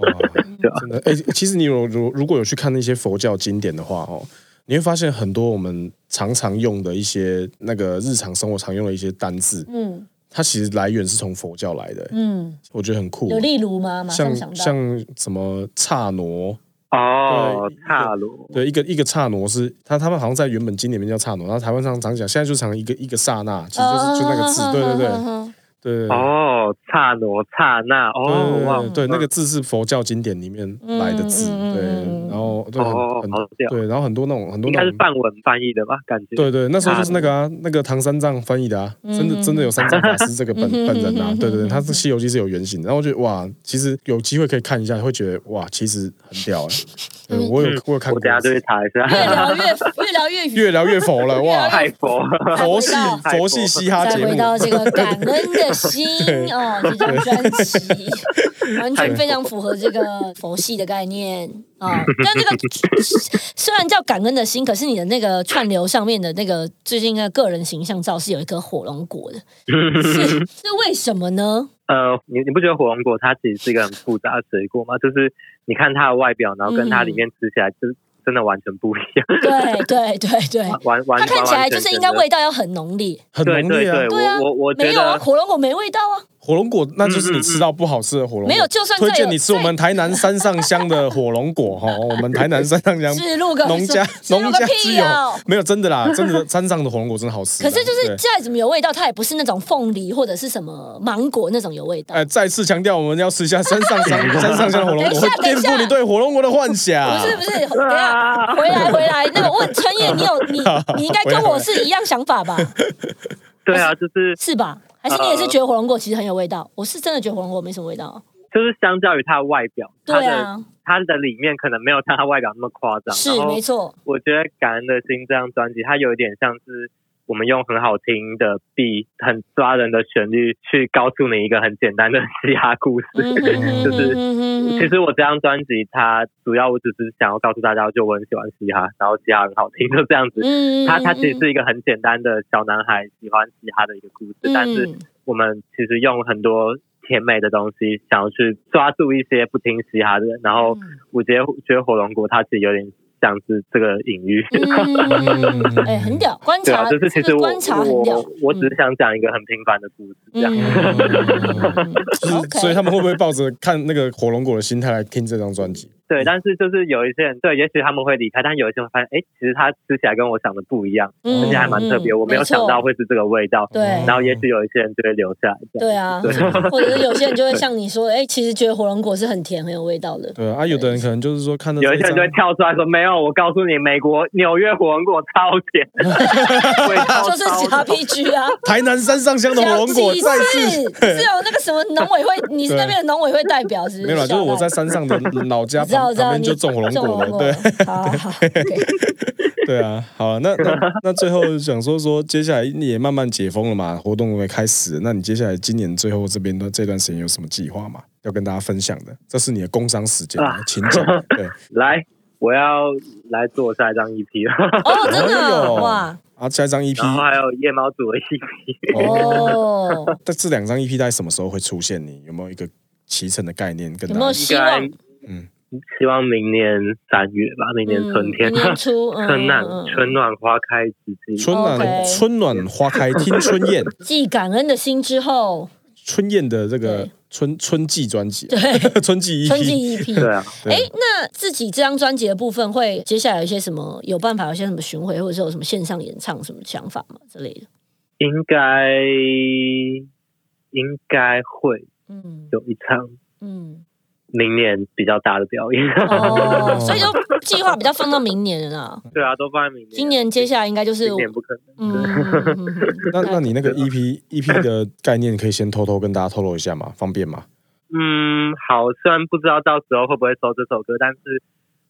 S2: 哦 OK，
S1: 哇
S2: 嗯
S1: 哦真的，哎、其实你有如如果有去看那些佛教经典的话，哦，你会发现很多我们常常用的一些那个日常生活常用的一些单字，
S2: 嗯
S1: 它其实来源是从佛教来的、
S2: 嗯，
S1: 我觉得很酷哦
S2: 有。例如吗？马上
S1: 像
S2: 想到，
S1: 像什么刹那，
S3: 哦
S1: 对，
S3: 差罗，
S1: 对，一个一个刹那是它，他们好像在原本经典里面叫刹那，然后台湾上常讲，现在就常一个一个刹那，其实就是就那个字，对对对对
S2: 嗯
S1: 对。对
S3: 哦，刹那刹那，哦，哇，
S1: 对，那个字是佛教经典里面来的字，
S2: 嗯嗯嗯
S1: 对
S2: 嗯嗯，
S1: 然后对
S3: 哦，
S1: 很
S3: 好屌，
S1: 对，然后很多那种很多
S3: 应
S1: 那
S3: 该是
S1: 种。
S3: 梵文翻译的吧？感觉
S1: 对对，那时候就是那个啊，那个唐三藏翻译的啊，真的真的有三藏法师这个本
S2: 嗯
S1: 本人啊
S2: 嗯，
S1: 对对对，他是《西游记》是有原型的，然后我觉得哇，其实有机会可以看一下，会觉得哇，其实很屌欸，对
S2: 嗯
S1: 我有
S3: 嗯
S1: 我有看过
S3: 我等下就去查一下。
S2: 越聊越越聊越远。
S1: 越聊越佛了哇，
S3: 太佛，
S1: 佛系
S3: 太
S1: 佛
S3: 佛
S1: 系嘻哈
S2: 再
S1: 节
S2: 回
S1: 目，
S2: 到这个感恩的心哦，这张专辑完全非常符合这个佛系的概念啊、哦。但这个 虽然叫感恩的心，可是你的那个串流上面的那个最近的个人形象照是有一颗火龙果的，是是为什么呢？
S3: 呃，你你不觉得火龙果它其实是一个很复杂的水果吗？就是你看它的外表，然后跟
S2: 嗯
S3: 它里面吃起来，就是真的完全不一样，
S2: 对对对对，
S3: 完完
S2: 它
S3: 完
S2: 看起来
S3: 完
S2: 就
S3: 全
S2: 是应
S3: 全
S2: 该
S3: 的。
S2: 味道要很浓烈，
S1: 很
S3: 对
S1: 浓
S3: 对
S1: 烈啊
S3: 对，。
S2: 对啊
S3: 我我我觉
S2: 没有啊，
S3: 得
S2: 火龙果没味道啊，
S1: 火龙
S3: 嗯
S1: 果那就是你吃到不好吃的火龙果，
S2: 没有就算再
S1: 推
S2: 有
S1: 荐你吃我们台南山上乡的火龙 果哈，我们台南山上乡
S2: 是录个
S1: 农家
S2: 是录
S1: 农
S2: 个
S1: 家之
S2: 屁
S1: 友
S2: 哦。，
S1: 没有真的啦，真的山上的火龙果真的好吃啊。
S2: 可是就
S1: 对
S2: 是再怎么有味道，它也不是那种凤梨或者是什么芒果那种有味道。
S1: 哎，再次强调，我们要吃一下山上 山山上乡的火龙果，
S2: 等
S1: 会
S2: 一下
S1: 颠
S2: 等一
S1: 覆
S2: 下
S1: 你对火龙果的幻想。
S2: 不是不是，
S3: 啊
S2: 等一下回来回来，那个问春 叶，你有你你应该跟我是一样想法吧？
S3: 对啊，就是
S2: 是吧？还是你也是觉得火龙果其实很有味道？我是真的觉得火龙果没什么味道。
S3: 就是相较于它的外表，它
S2: 对
S3: 的
S2: 啊，
S3: 它的里面可能没有它的外表那么夸张。
S2: 是
S3: 然后
S2: 没错，嗯
S3: 我觉得《感恩的心》这张专辑，它有一点像是我们用很好听的 B、很抓人的旋律去告诉你一个很简单的嘻哈故事。
S2: 嗯哼哼
S3: 就是
S2: 哼
S3: 其实我这张专辑，它主要我只是想要告诉大家，就我很喜欢嘻哈，然后嘻哈很好听，就这样子。
S2: 嗯
S3: 它它其实是一个很简单的小男孩喜欢嘻哈的一个故事，
S2: 嗯
S3: 但是我们其实用很多甜美的东西，想要去抓住一些不听嘻哈的人。
S2: 嗯
S3: 然后我觉得觉得火龙果它其实有点像是这个隐喻。
S2: 嗯，哎，很屌，观
S3: 对啊，
S2: 察
S3: 就是其实我
S2: 观察很嗯屌
S3: 我，我只是想讲一个很平凡的故事，这样。
S2: 嗯
S1: 就是所以他们会不会抱着看那个火龙果的心态来听这张专辑？
S3: 对，但是就是有一些人，对，也许他们会离开，但有一些人发现，哎，其实它吃起来跟我想的不一样，
S2: 而
S3: 而且还蛮特别，我没有想到会是嗯这个味道。
S2: 嗯对
S3: 然后也许有一些人就会留下来，这样。
S2: 对啊，或者是有些人就会像你说，哎、其实觉得火龙果是很甜很有味道的。
S1: 对啊，有的人可能就是说看到
S3: 有
S1: 这
S3: 一些人
S1: 张
S3: 就会跳出来说：“没有，我告诉你，美国纽约火龙果超 甜，味
S1: 啊
S3: 道
S2: 就是
S3: 超
S2: RPG 啊，
S1: 台南山上乡的火龙果
S2: 讲几
S1: 再次
S2: 次是有那个什么农委会，你是那边的农委会代表是不是？
S1: 没有啦，就是我在山上 的老家
S2: 我知道，
S1: 旁
S2: 我知道
S1: 旁边
S2: 你
S1: 就种火龙果了，对
S2: 对，好好好，对
S1: 对啊，好，那那那最后想说说，接下来你也慢慢解封了嘛，活动也开始了，那你接下来今年最后这边的这段时间有什么计划吗？要跟大家分享的，这是你的工商 时间
S3: 啊，
S1: 请讲。对，
S3: 来，我要来做下一张 EP 了，
S2: 哦，真的
S1: 哎呦
S2: 啊哇
S1: 啊，下一张
S3: 然后
S1: EP，
S3: 还有夜猫组的 E EP，
S1: 哦，
S2: 哦，
S1: 但这两张 EP 大概什么时候会出现你？有没有一个骑乘的概念？跟
S2: 有
S1: 大
S2: 没
S1: 家
S2: 有希望？
S1: 嗯，
S3: 希望明年三月吧，明年春天，
S2: 嗯明年初，嗯
S3: 春暖
S2: 嗯嗯
S3: 春暖花开之际，
S1: 春暖
S2: OK
S1: 春暖花开，听春 燕，
S2: 继感恩的心之后，
S1: 春燕的这个
S2: 对
S1: 春春季专辑，
S2: 对，
S1: 春季 E
S2: 春季
S1: EP，
S2: EP
S3: 对。啊，
S1: 对
S2: 哎，那自己这张专辑的部分会接下来有一些什么有办法，有些什么巡回，或者是有什么线上演唱什么想法吗之类的？
S3: 应该应该会
S2: 嗯
S3: 有一场
S2: 嗯，
S3: 明年比较大的表演，
S2: 哦，所以就计划比较放到明年了
S1: 嗯
S2: 啦。
S3: 对啊，都放在明年，
S2: 今年接下来应该就是
S3: 今年不可能，
S2: 嗯，嗯嗯嗯
S1: 那那你那个
S3: 啊
S1: EP EP 的概念可以先偷偷跟大家透露一下吗？方便吗？
S3: 嗯，好，虽然不知道到时候会不会收这首歌，但是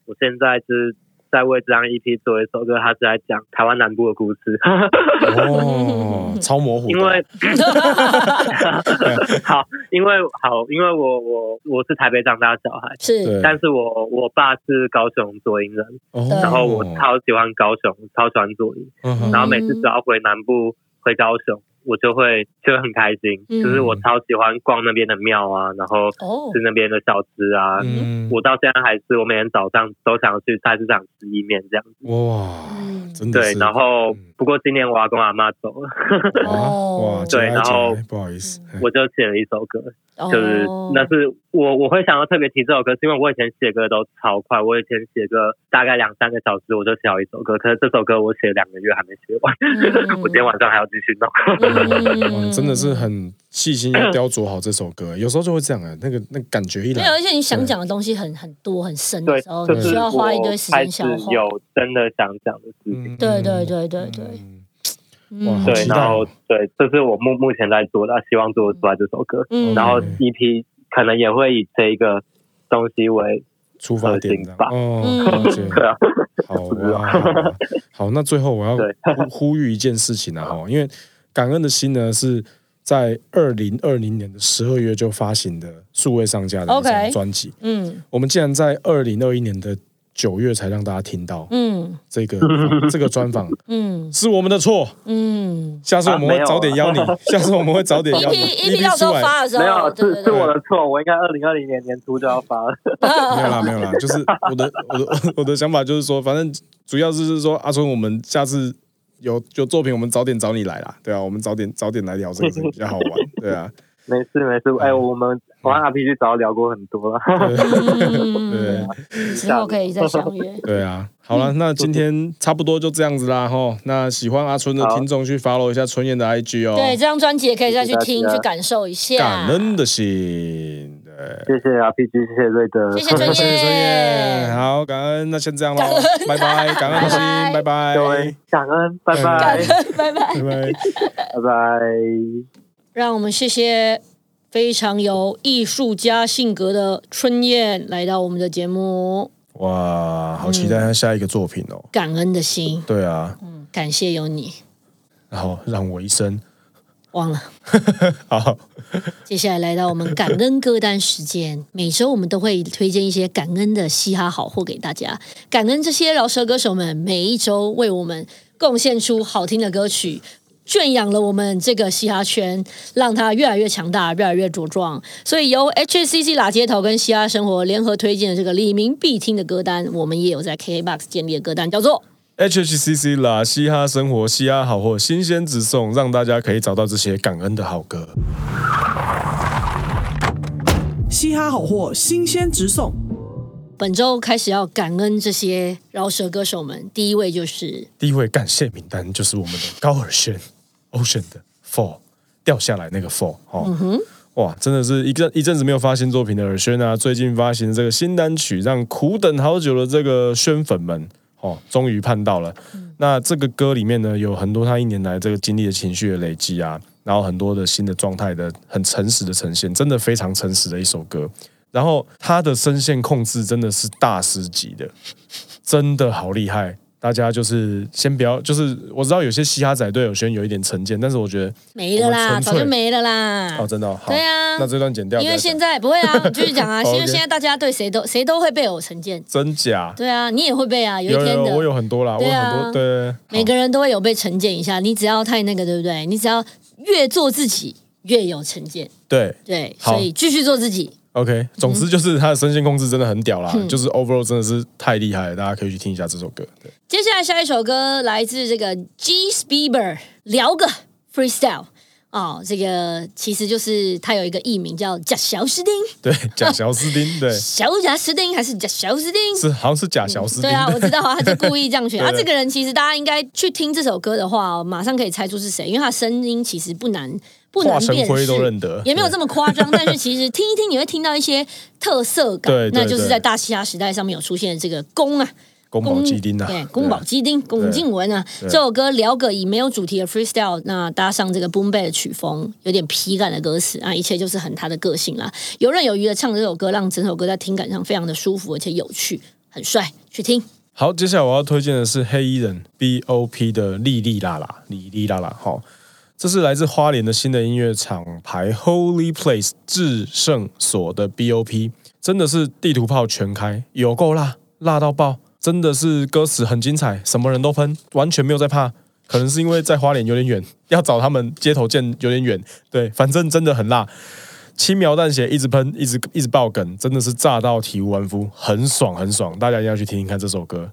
S3: 我现在就是在为这张 EP 做一首歌，它是在讲台湾南部的故事，
S1: 哦，超模糊的，
S3: 因为好，因为好，因为我我我是台北长大的小孩，
S2: 是
S1: 对，
S3: 但是我我爸是高雄左营人，
S1: 哦
S2: 然
S3: 然后我超喜欢高雄，超喜欢左营，
S1: 嗯哼
S3: 然后每次只要回南部回高雄，我就会就会很开心，
S2: 嗯
S3: 就是我超喜欢逛那边的庙啊，然后
S2: 哦
S3: 吃那边的小吃啊，
S1: 嗯
S3: 我到现在还是我每天早上都想要去菜市场吃意面这样子。
S1: 哇，
S2: 嗯
S1: 真的
S3: 对
S1: 是，
S3: 然后
S1: 嗯
S3: 不过今年我阿公阿妈走了，
S1: 哇哇，
S2: 哦
S1: 节哀
S3: 对然后
S1: 节哀不好意思，哎
S3: 我就写了一首歌，
S2: 哦
S3: 就是那是我我会想要特别提这首歌，是因为我以前写歌都超快，我以前写歌大概两三个小时我就写好一首歌，可是这首歌我写了两个月还没写完，
S2: 嗯
S3: 我今天晚上还要继续弄。
S1: 哇
S2: 嗯
S1: 真的是很细心要雕琢好这首歌，有时候就会这样啊，那个那个感觉一
S2: 没
S1: 来，
S2: 有，而且你想讲的东西很很多很深的
S3: 对，
S2: 时候，嗯
S3: 这
S2: 哦你需
S3: 是
S2: 要
S3: 我
S2: 花一堆时
S3: 开
S2: 间
S3: 始
S2: 消化。
S3: 有真的想讲的事情。
S1: 嗯
S2: 对对，对对对，
S1: 嗯哇
S2: 嗯
S1: 好
S3: 对
S1: 期，待
S3: 然
S1: 哦
S3: 后对，这是我目目前在做的，希望做出来这首歌。
S2: 嗯
S3: 然后
S1: 嗯
S3: EP 可能也会以这一个东西为
S1: 出发点这样
S3: 核心吧
S1: 哦，
S2: 嗯
S1: 了解。
S3: 对啊，
S1: 好哇，好啊好，那最后我要
S3: 对
S1: 呼呼吁一件事情啊，哈，因为感恩的心呢是在二零二零年的十二月就发行的数位上架的一
S2: OK
S1: 张专辑，
S2: 嗯
S1: 我们竟然在二零二一年的九月才让大家听到
S2: 嗯
S1: 这个 这个专访，
S2: 嗯
S1: 是我们的错。
S2: 嗯
S1: 下次我们
S3: 啊没
S1: 会
S3: 有啊
S1: 早点邀你，下次我们会早 点邀
S2: ，EP
S1: 你。
S2: EP 到时
S1: E 出
S2: 候
S1: 来
S2: 发的时
S3: 没
S2: 候，
S3: 有
S2: 对
S3: 是
S2: 对
S3: 是
S2: 对，
S3: 我的错，我应该二零二零年年初就要发了。
S1: 没有啦，没有啦，就是我的我的我的我的想法就是说，反正主要是是说阿春，我们下次有有作品，我们早点找你来啦，对啊，我们早点早点来聊这个事情比较好玩，对啊，
S3: 没事没事，哎，我们玩 RPG 早聊过很多了。
S1: 对
S2: 嗯，之后可以再相约。
S1: 对啊，好了，那今天差不多就这样子啦吼。那喜欢阿春的听众去 follow 一下春燕的 IG 哦，
S2: 对，这啊张专辑也可以再去
S3: 谢谢
S2: 听，
S3: 大家
S2: 去感受一下。
S1: 感恩的心，对，
S3: 谢谢 RPG，谢谢瑞德，
S2: 谢谢春
S1: 谢谢春
S2: 燕
S1: 燕，，好，感恩，那先这样喽，拜拜，感恩的心，拜
S2: 拜
S1: 拜，
S3: 各位，感恩，拜拜，
S2: 拜拜。
S1: 拜拜。
S3: 拜拜。
S2: 让我们谢谢非常有艺术家性格的春燕来到我们的节目，哦
S1: 哇，好期待他下一个作品哦。
S2: 感恩的心，
S1: 对啊，
S2: 嗯，感谢有你。
S1: 然后让我一生
S2: 忘了，
S1: 好，
S2: 接下来来到我们感恩歌单时间。每周我们都会推荐一些感恩的嘻哈好货给大家，感恩这些饶舌歌手们每一周为我们贡献出好听的歌曲，圈养了我们这个嘻哈圈，让它越来越强大，越来越茁壮。所以由 HCC 拉街头跟嘻哈生活联合推荐的这个李明必听的歌单，我们也有在 KBox 建立的歌单，叫做
S1: HHCC 啦，嘻哈生活，嘻哈好货，新鲜直送，让大家可以找到这些感恩的好歌。
S4: 嘻哈好货新鲜直送，
S2: 本周开始要感恩这些饶舌歌手们。第一位就是
S1: 第一位感谢名单就是我们的高尔宣 Ocean 的 Fall 掉下来那个 Fall 哦。哇，真的是一阵一阵子没有发新作品的尔轩啊，最近发行这个新单曲，让苦等好久的这个宣粉们哦，终于盼到了。那这个歌里面呢，有很多他一年来这个经历的情绪的累积啊，然后很多的新的状态的很诚实的呈现，真的非常诚实的一首歌。然后他的声线控制真的是大师级的，真的好厉害。大家就是先不要，就是我知道有些嘻哈仔对有些人有一点成见，但是我觉得
S2: 没了
S1: 我
S2: 啦，
S1: 们纯粹
S2: 早就没了啦。
S1: 哦，真的、哦、好，
S2: 对啊
S1: 那这段剪掉，
S2: 因为
S1: 不要剪
S2: 现在不会啊，我继续讲 啊，
S1: OK
S2: 因为现在大家对谁都谁都会被有成见，
S1: 真假，
S2: 对啊，你也会被啊，有
S1: 有
S2: 一天
S1: 有
S2: 的，
S1: 我有很多啦，我
S2: 对
S1: 有
S2: 啊
S1: 很多对，
S2: 每个人都会有被成见一下，你只要太那个，对不对？你只要越做自己，越有成见，
S1: 好哦对
S2: 对，
S1: 好
S2: 所以继续做自己。
S1: OK，总之就是他的声线控制真的很屌啦，
S2: 嗯
S1: 就是 overall 真的是太厉害了，大家可以去听一下这首歌。对
S2: 接下来下一首歌来自这个 G Bieber，聊个 freestyle 哦，这个其实就是他有一个艺名叫贾小斯丁，
S1: 对，贾乔斯汀， 对，
S2: 小贾斯丁还是贾小斯丁？
S1: 是好像是贾乔斯汀
S2: 对， 啊，我知道啊，他就故意这样选
S1: 对
S2: 啊。这个人其实大家应该去听这首歌的话、哦，马上可以猜出是谁，因为他声音其实不难不
S1: 化
S2: 难
S1: 成
S2: 辨
S1: 灰
S2: 识，
S1: 都认得，
S2: 也没有这么 夸张。但是其实听一听，你会听到一些特色感，
S1: 对对
S2: 那就是
S1: 对
S2: 在大嘻哈时代上面有出现的这个宫啊。
S1: 宫保鸡丁啊呐，
S2: 对，宫保鸡丁，龚敬文啊，
S1: 对
S2: 这首歌聊个以没有主题的 freestyle，那搭上这个 boom bap 的曲风，有点皮感的歌词啊，一切就是很他的个性啦。游刃有余的唱这首歌，让整首歌在听感上非常的舒服，而且有趣，很帅，去听。
S1: 好，接下来我要推荐的是黑衣人 B.O.P 的莉莉啦啦，莉莉啦啦，好，这是来自花莲的新的音乐厂牌 Holy Place 至圣所的 B.O.P，真的是地图炮全开，有够辣，辣到爆，真的是歌词很精彩，什么人都喷，完全没有在怕。可能是因为在花莲有点远，要找他们街头见有点远，对，反正真的很辣。轻描淡写，一直喷，一直一直爆梗，真的是炸到体无完肤，很爽很爽，大家一定要去听听看这首歌。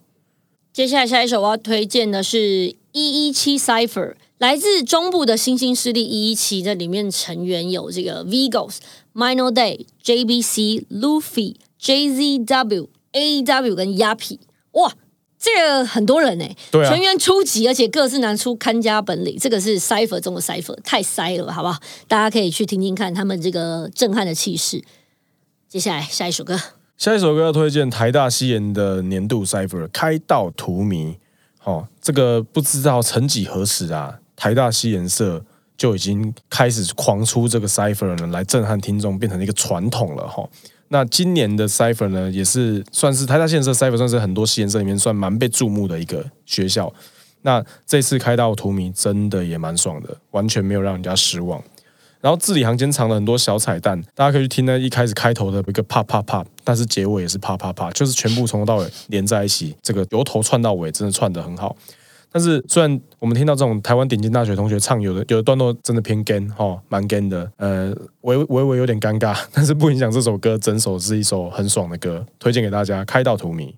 S2: 接下来下一首我要推荐的是一一七 Cipher，来自中部的新兴势力一一七，这里面成员有这个 Vigos、Minor Day、JBC、Luffy、JZW、AW 跟 Yappy，哇，这个很多人哎、
S1: 对啊
S2: 全员出击，而且各自拿出看家本领，这个是 cipher 中的 cipher，太塞了吧，好不好？大家可以去听听看他们这个震撼的气势。接下来下一首歌，
S1: 下一首歌要推荐台大西研的年度 Cipher《开道荼蘼》。哦，这个不知道曾几何时啊，台大西研社就已经开始狂出这个 Cipher 呢，来震撼听众，变成一个传统了哈、哦。那今年的 Cipher 呢，也是算是台大西研社 Cipher 算是很多西研社里面算蛮被注目的一个学校。那这次开到荼蘼真的也蛮爽的，完全没有让人家失望。然后字里行间藏了很多小彩蛋，大家可以去听那一开始开头的一个啪啪啪，但是结尾也是啪啪啪，就是全部从头到尾连在一起，这个由头串到尾，真的串得很好。但是虽然我们听到这种台湾顶尖大学同学唱，有的有的段落真的偏 gay 哦，蛮 gay 的，呃，微微微有点尴尬，但是不影响这首歌，整首是一首很爽的歌，推荐给大家，开到荼蘼。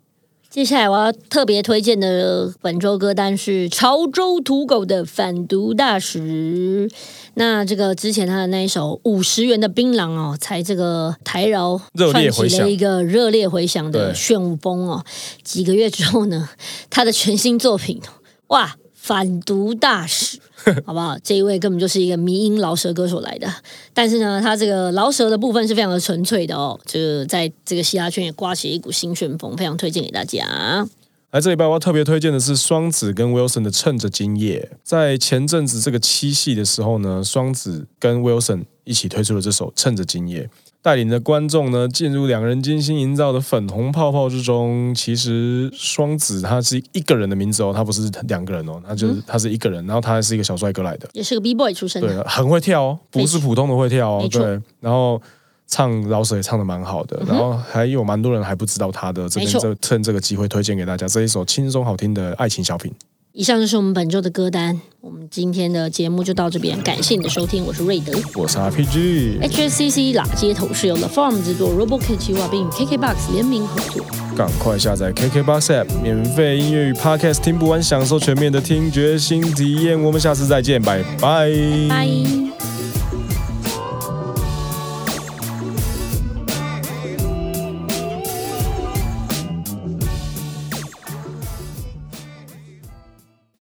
S2: 接下来我要特别推荐的本周歌单是潮州土狗的《反毒大使》。那这个之前他的那一首五十元的槟榔哦，才这个台饶
S1: 热烈
S2: 串
S1: 回
S2: 起
S1: 响
S2: 了一个热烈回响的
S1: 对
S2: 旋风哦。几个月之后呢， 他的全新作品哇，反毒 大使。好不好？这一位根本就是一个迷音饶舌歌手来的，但是呢，他这个饶舌的部分是非常的纯粹的哦，就是在这个嘻哈圈也刮起一股新旋风，非常推荐给大家。
S1: 来这礼拜我要特别推荐的是双子跟 Wilson 的《趁着今夜》。在前阵子这个七夕的时候呢，双子跟 Wilson 一起推出了这首《趁着今夜》，带领着观众呢进入两人精心营造的粉红泡泡之中。其实双子他是一个人的名字哦，他不是两个人哦，他就是、他是一个人，然后他还是一个小帅哥来的。
S2: 也是个 B boy 出身
S1: 对
S2: 的，，
S1: 很会跳哦，不是普通的会跳哦
S2: 没，错嗯
S1: 对。然后唱饶舌也唱的蛮好的，然后还有蛮多人还不知道他的，这边
S2: 没错
S1: 这趁这个机会推荐给大家这一首轻松好听的爱情小品。
S2: 以上就是我们本周的歌单，我们今天的节目就到这边，感谢你的收听，我是瑞德。
S1: 我是
S2: 哎
S1: RPG，
S2: HSCC 拉街头是由 The Farm 制作，Robocat 企划并与 KKBox 联名合作。
S1: 赶快下载 KKBox App，免费音乐与 Podcast 听不完，享受全面的听觉新体验。我们下次再见，拜拜
S2: 拜。